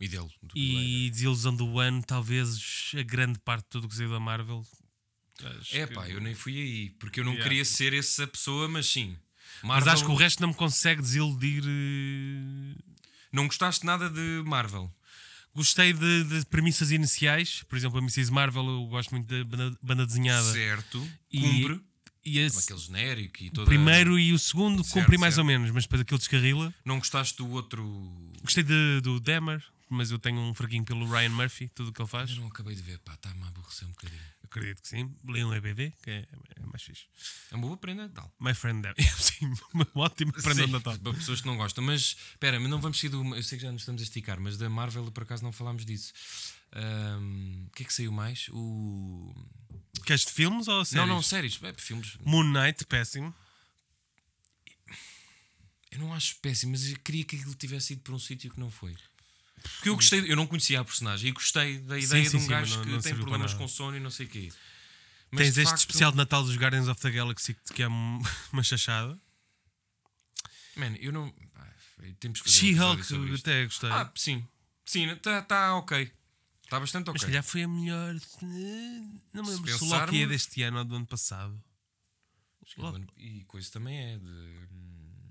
e dele. Do Blader.
E Desilusão do ano, talvez a grande parte de tudo o que saiu da Marvel. Acho
é
que-
pá, eu nem fui aí, porque eu não
Yeah.
queria ser essa pessoa, mas sim.
Mas
Marvel,
acho que o resto não me consegue desiludir. eh,
não gostaste nada de Marvel.
Gostei de, de premissas iniciais, por exemplo, a Mrs. Marvel, eu gosto muito da banda, banda desenhada.
Certo.
E-
Cumpre.
E esse
Aquele genérico e toda
primeiro e o segundo
Certo,
cumpri mais
certo.
ou menos, mas depois aquilo descarrila.
Não gostaste do outro.
Gostei de- do Demer, mas eu tenho um fraguinho pelo Ryan Murphy, tudo o que ele faz.
Eu não acabei de ver, pá, está-me a aborrecer um bocadinho.
Acredito que sim. Leia um EBD, que é, é mais fixe.
É uma boa prenda, tal.
My Friend Demer. [LAUGHS] sim, uma ótima prenda de
Sim,
é Natal.
Para pessoas que não gostam, mas espera, mas não vamos sair do. Eu sei que já nos estamos a esticar, mas da Marvel por acaso não falámos disso. Ahm, O que é que saiu mais? O.
Queres de filmes ou séries?
Não, não, séries. É, filmes.
Moon Knight, péssimo.
Eu não acho péssimo, mas eu queria que aquilo tivesse ido para um sítio que não foi. Porque eu gostei, eu não conhecia a personagem e gostei da ideia
sim,
de um
sim, mas
gajo
não-
que
não
tem
serviu para
problemas
nada.
com sono e não sei o quê. Mas,
Tens
de
este
facto,
especial de Natal dos Guardians of the Galaxy que- que é um- [LAUGHS] uma chachada.
Man, eu não. pá, temos que fazer um episódio sobre
She-Hulk,
isto.
até gostei.
Ah, sim. Sim, está tá ok. Está bastante ok.
Mas se calhar foi a melhor. eh, Não me
Se
lembro se o
pensarmos-
Loki é deste ano ou do ano passado. Loki-
E coisa também é de. hum,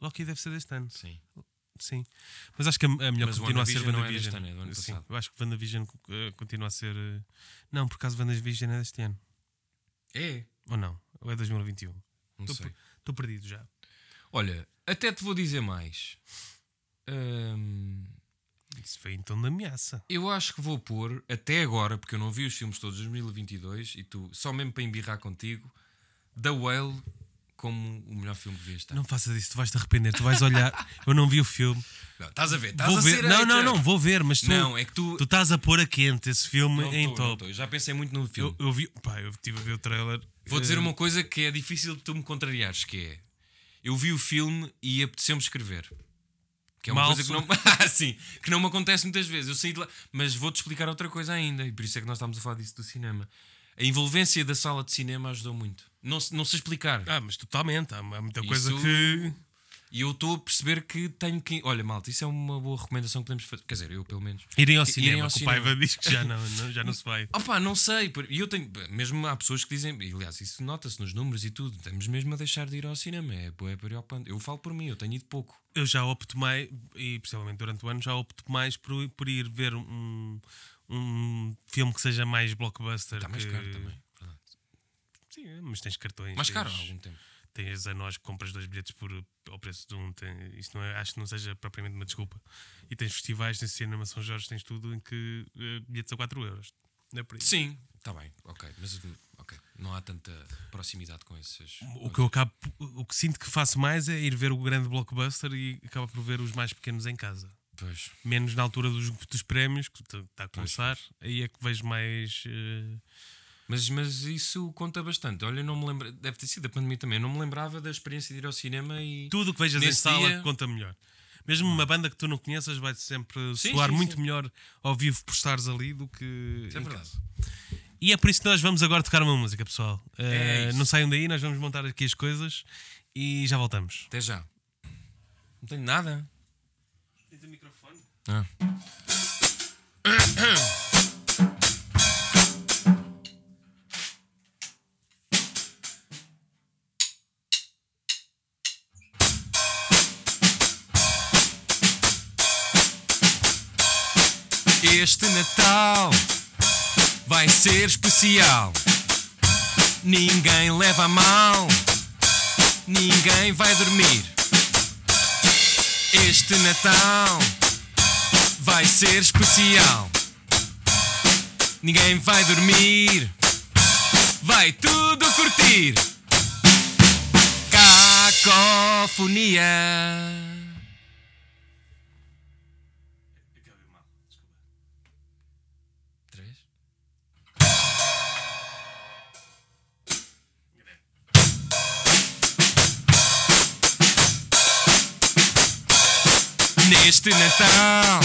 Loki deve ser deste ano,
Sim.
sim. Mas acho que a, a melhor
Mas
continua a ser
WandaVision não é deste
WandaVision.
ano, é do ano
sim,
passado.
eu acho que WandaVision eh, continua a ser. eh, Não, por acaso WandaVision é deste ano.
É?
Ou não? Ou é 2021?
Não
Estou
sei.
per- estou perdido já.
Olha, até te vou dizer mais. Hum,
Isso foi então de ameaça.
eu acho que vou pôr, até agora, porque eu não vi os filmes todos de 2022 e tu, só mesmo para embirrar contigo, The Whale como o melhor filme que vi este ano.
Não faças isso, tu vais te arrepender. Tu vais olhar. [LAUGHS] eu não vi o filme.
Não, estás a ver, estás
Vou
a
ver.
ser
Não,
hater.
não, não, vou ver, mas tu,
Não, é que tu.
tu estás a pôr a quente esse filme
Não tô,
em
não
top.
tô. Eu já pensei muito no filme.
Eu, eu vi, pá, eu estive a ver o trailer. eh,
Vou dizer uma coisa que é difícil de tu me contrariares, que é eu vi o filme e apeteceu-me escrever. Que é uma
Mal
coisa que não, [LAUGHS] Ah, sim, que não me acontece muitas vezes. Eu saí de lá, mas vou-te explicar outra coisa ainda, e por isso é que nós estamos a falar disso do cinema. A envolvência da sala de cinema ajudou muito. Não, se- não sei explicar.
Ah, mas totalmente, há há muita
Isso-
coisa que.
E eu estou a perceber que tenho que. Olha, malta, isso é uma boa recomendação que podemos fazer. Quer dizer, eu pelo menos.
Irem ao
Irem
cinema,
ao
que o
cinema.
Paiva diz que já não, não- já não se vai.
Opa, não sei. por- E eu tenho. Mesmo há pessoas que dizem. e, Aliás, isso nota-se nos números e tudo. Estamos mesmo a deixar de ir ao cinema. É, é preocupante. Eu falo por mim, eu tenho ido pouco. Tá
Eu já opto mais, e principalmente durante o ano, já opto mais por, por ir ver um, um filme que seja mais blockbuster.
Está Tá mais
que-
caro também. verdade.
Sim, é, mas tens cartões.
Mais caro há
tens-
algum tempo.
tens a nós que compras dois bilhetes por, ao preço de um, tem- isso não é- acho que não seja propriamente uma desculpa. E tens festivais, tens cinema São Jorge, tens tudo em que eh, bilhetes a 4 euros. Não é por isso.
Sim, está bem. Ok, mas ok, não há tanta proximidade com esses.
O que eu acabo, o que sinto que faço mais é ir ver o grande blockbuster e acabo por ver os mais pequenos em casa.
Pois.
Menos na altura dos, dos prémios, que está a começar, aí é que vejo mais. eh,
Mas, mas isso conta bastante. Olha, eu não me lembro. Deve ter sido da pandemia também. Eu não me lembrava da experiência de ir ao cinema e.
tudo o que vejas em
Nesse
sala
dia- Hum.
conta melhor. Mesmo uma banda que tu não conheças vai sempre
Sim,
soar
sim,
muito
sim.
melhor ao vivo por estares ali do que.
Isso é
em
verdade.
E é por isso que nós vamos agora tocar uma música, pessoal.
É
Eh,
isso.
não saiam daí, nós vamos montar aqui as coisas e já voltamos.
Até já. Não tenho nada.
Tens o microfone?
Ah. Este Natal vai ser especial. Ninguém leva a mal, ninguém vai dormir. Este Natal vai ser especial. Ninguém vai dormir, vai tudo curtir. Cacofonia. Três? Neste Natal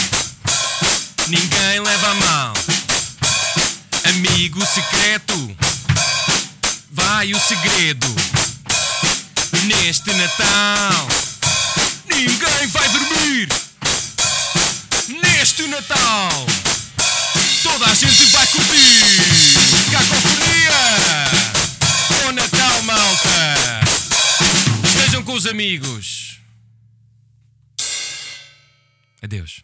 Ninguém leva a mal Amigo secreto Vai o segredo Neste Natal Ninguém vai dormir Neste Natal Toda a gente vai curtir Cacofonia Bom Natal, malta Estejam com os amigos Adeus.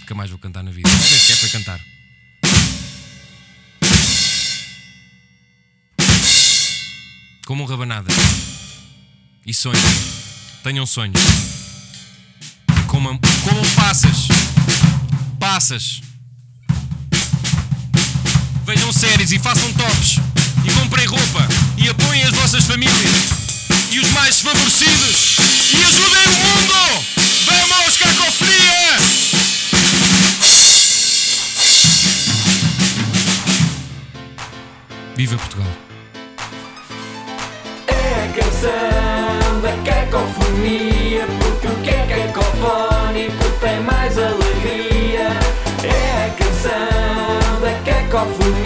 Nunca mais vou cantar na vida. Nem sequer foi cantar. Comam rabanadas. um E sonhem. Tenham sonhos. Comam, comam passas. Passas. Vejam séries e façam tops. E comprem roupa. E apoiem as vossas famílias. E os mais desfavorecidos. E a todo o mundo. Vamos, cacofonia! Viva Portugal.
É a canção da é cacofonia, porque o que é cacofónico tem mais alegria. É a canção da cacofonia. é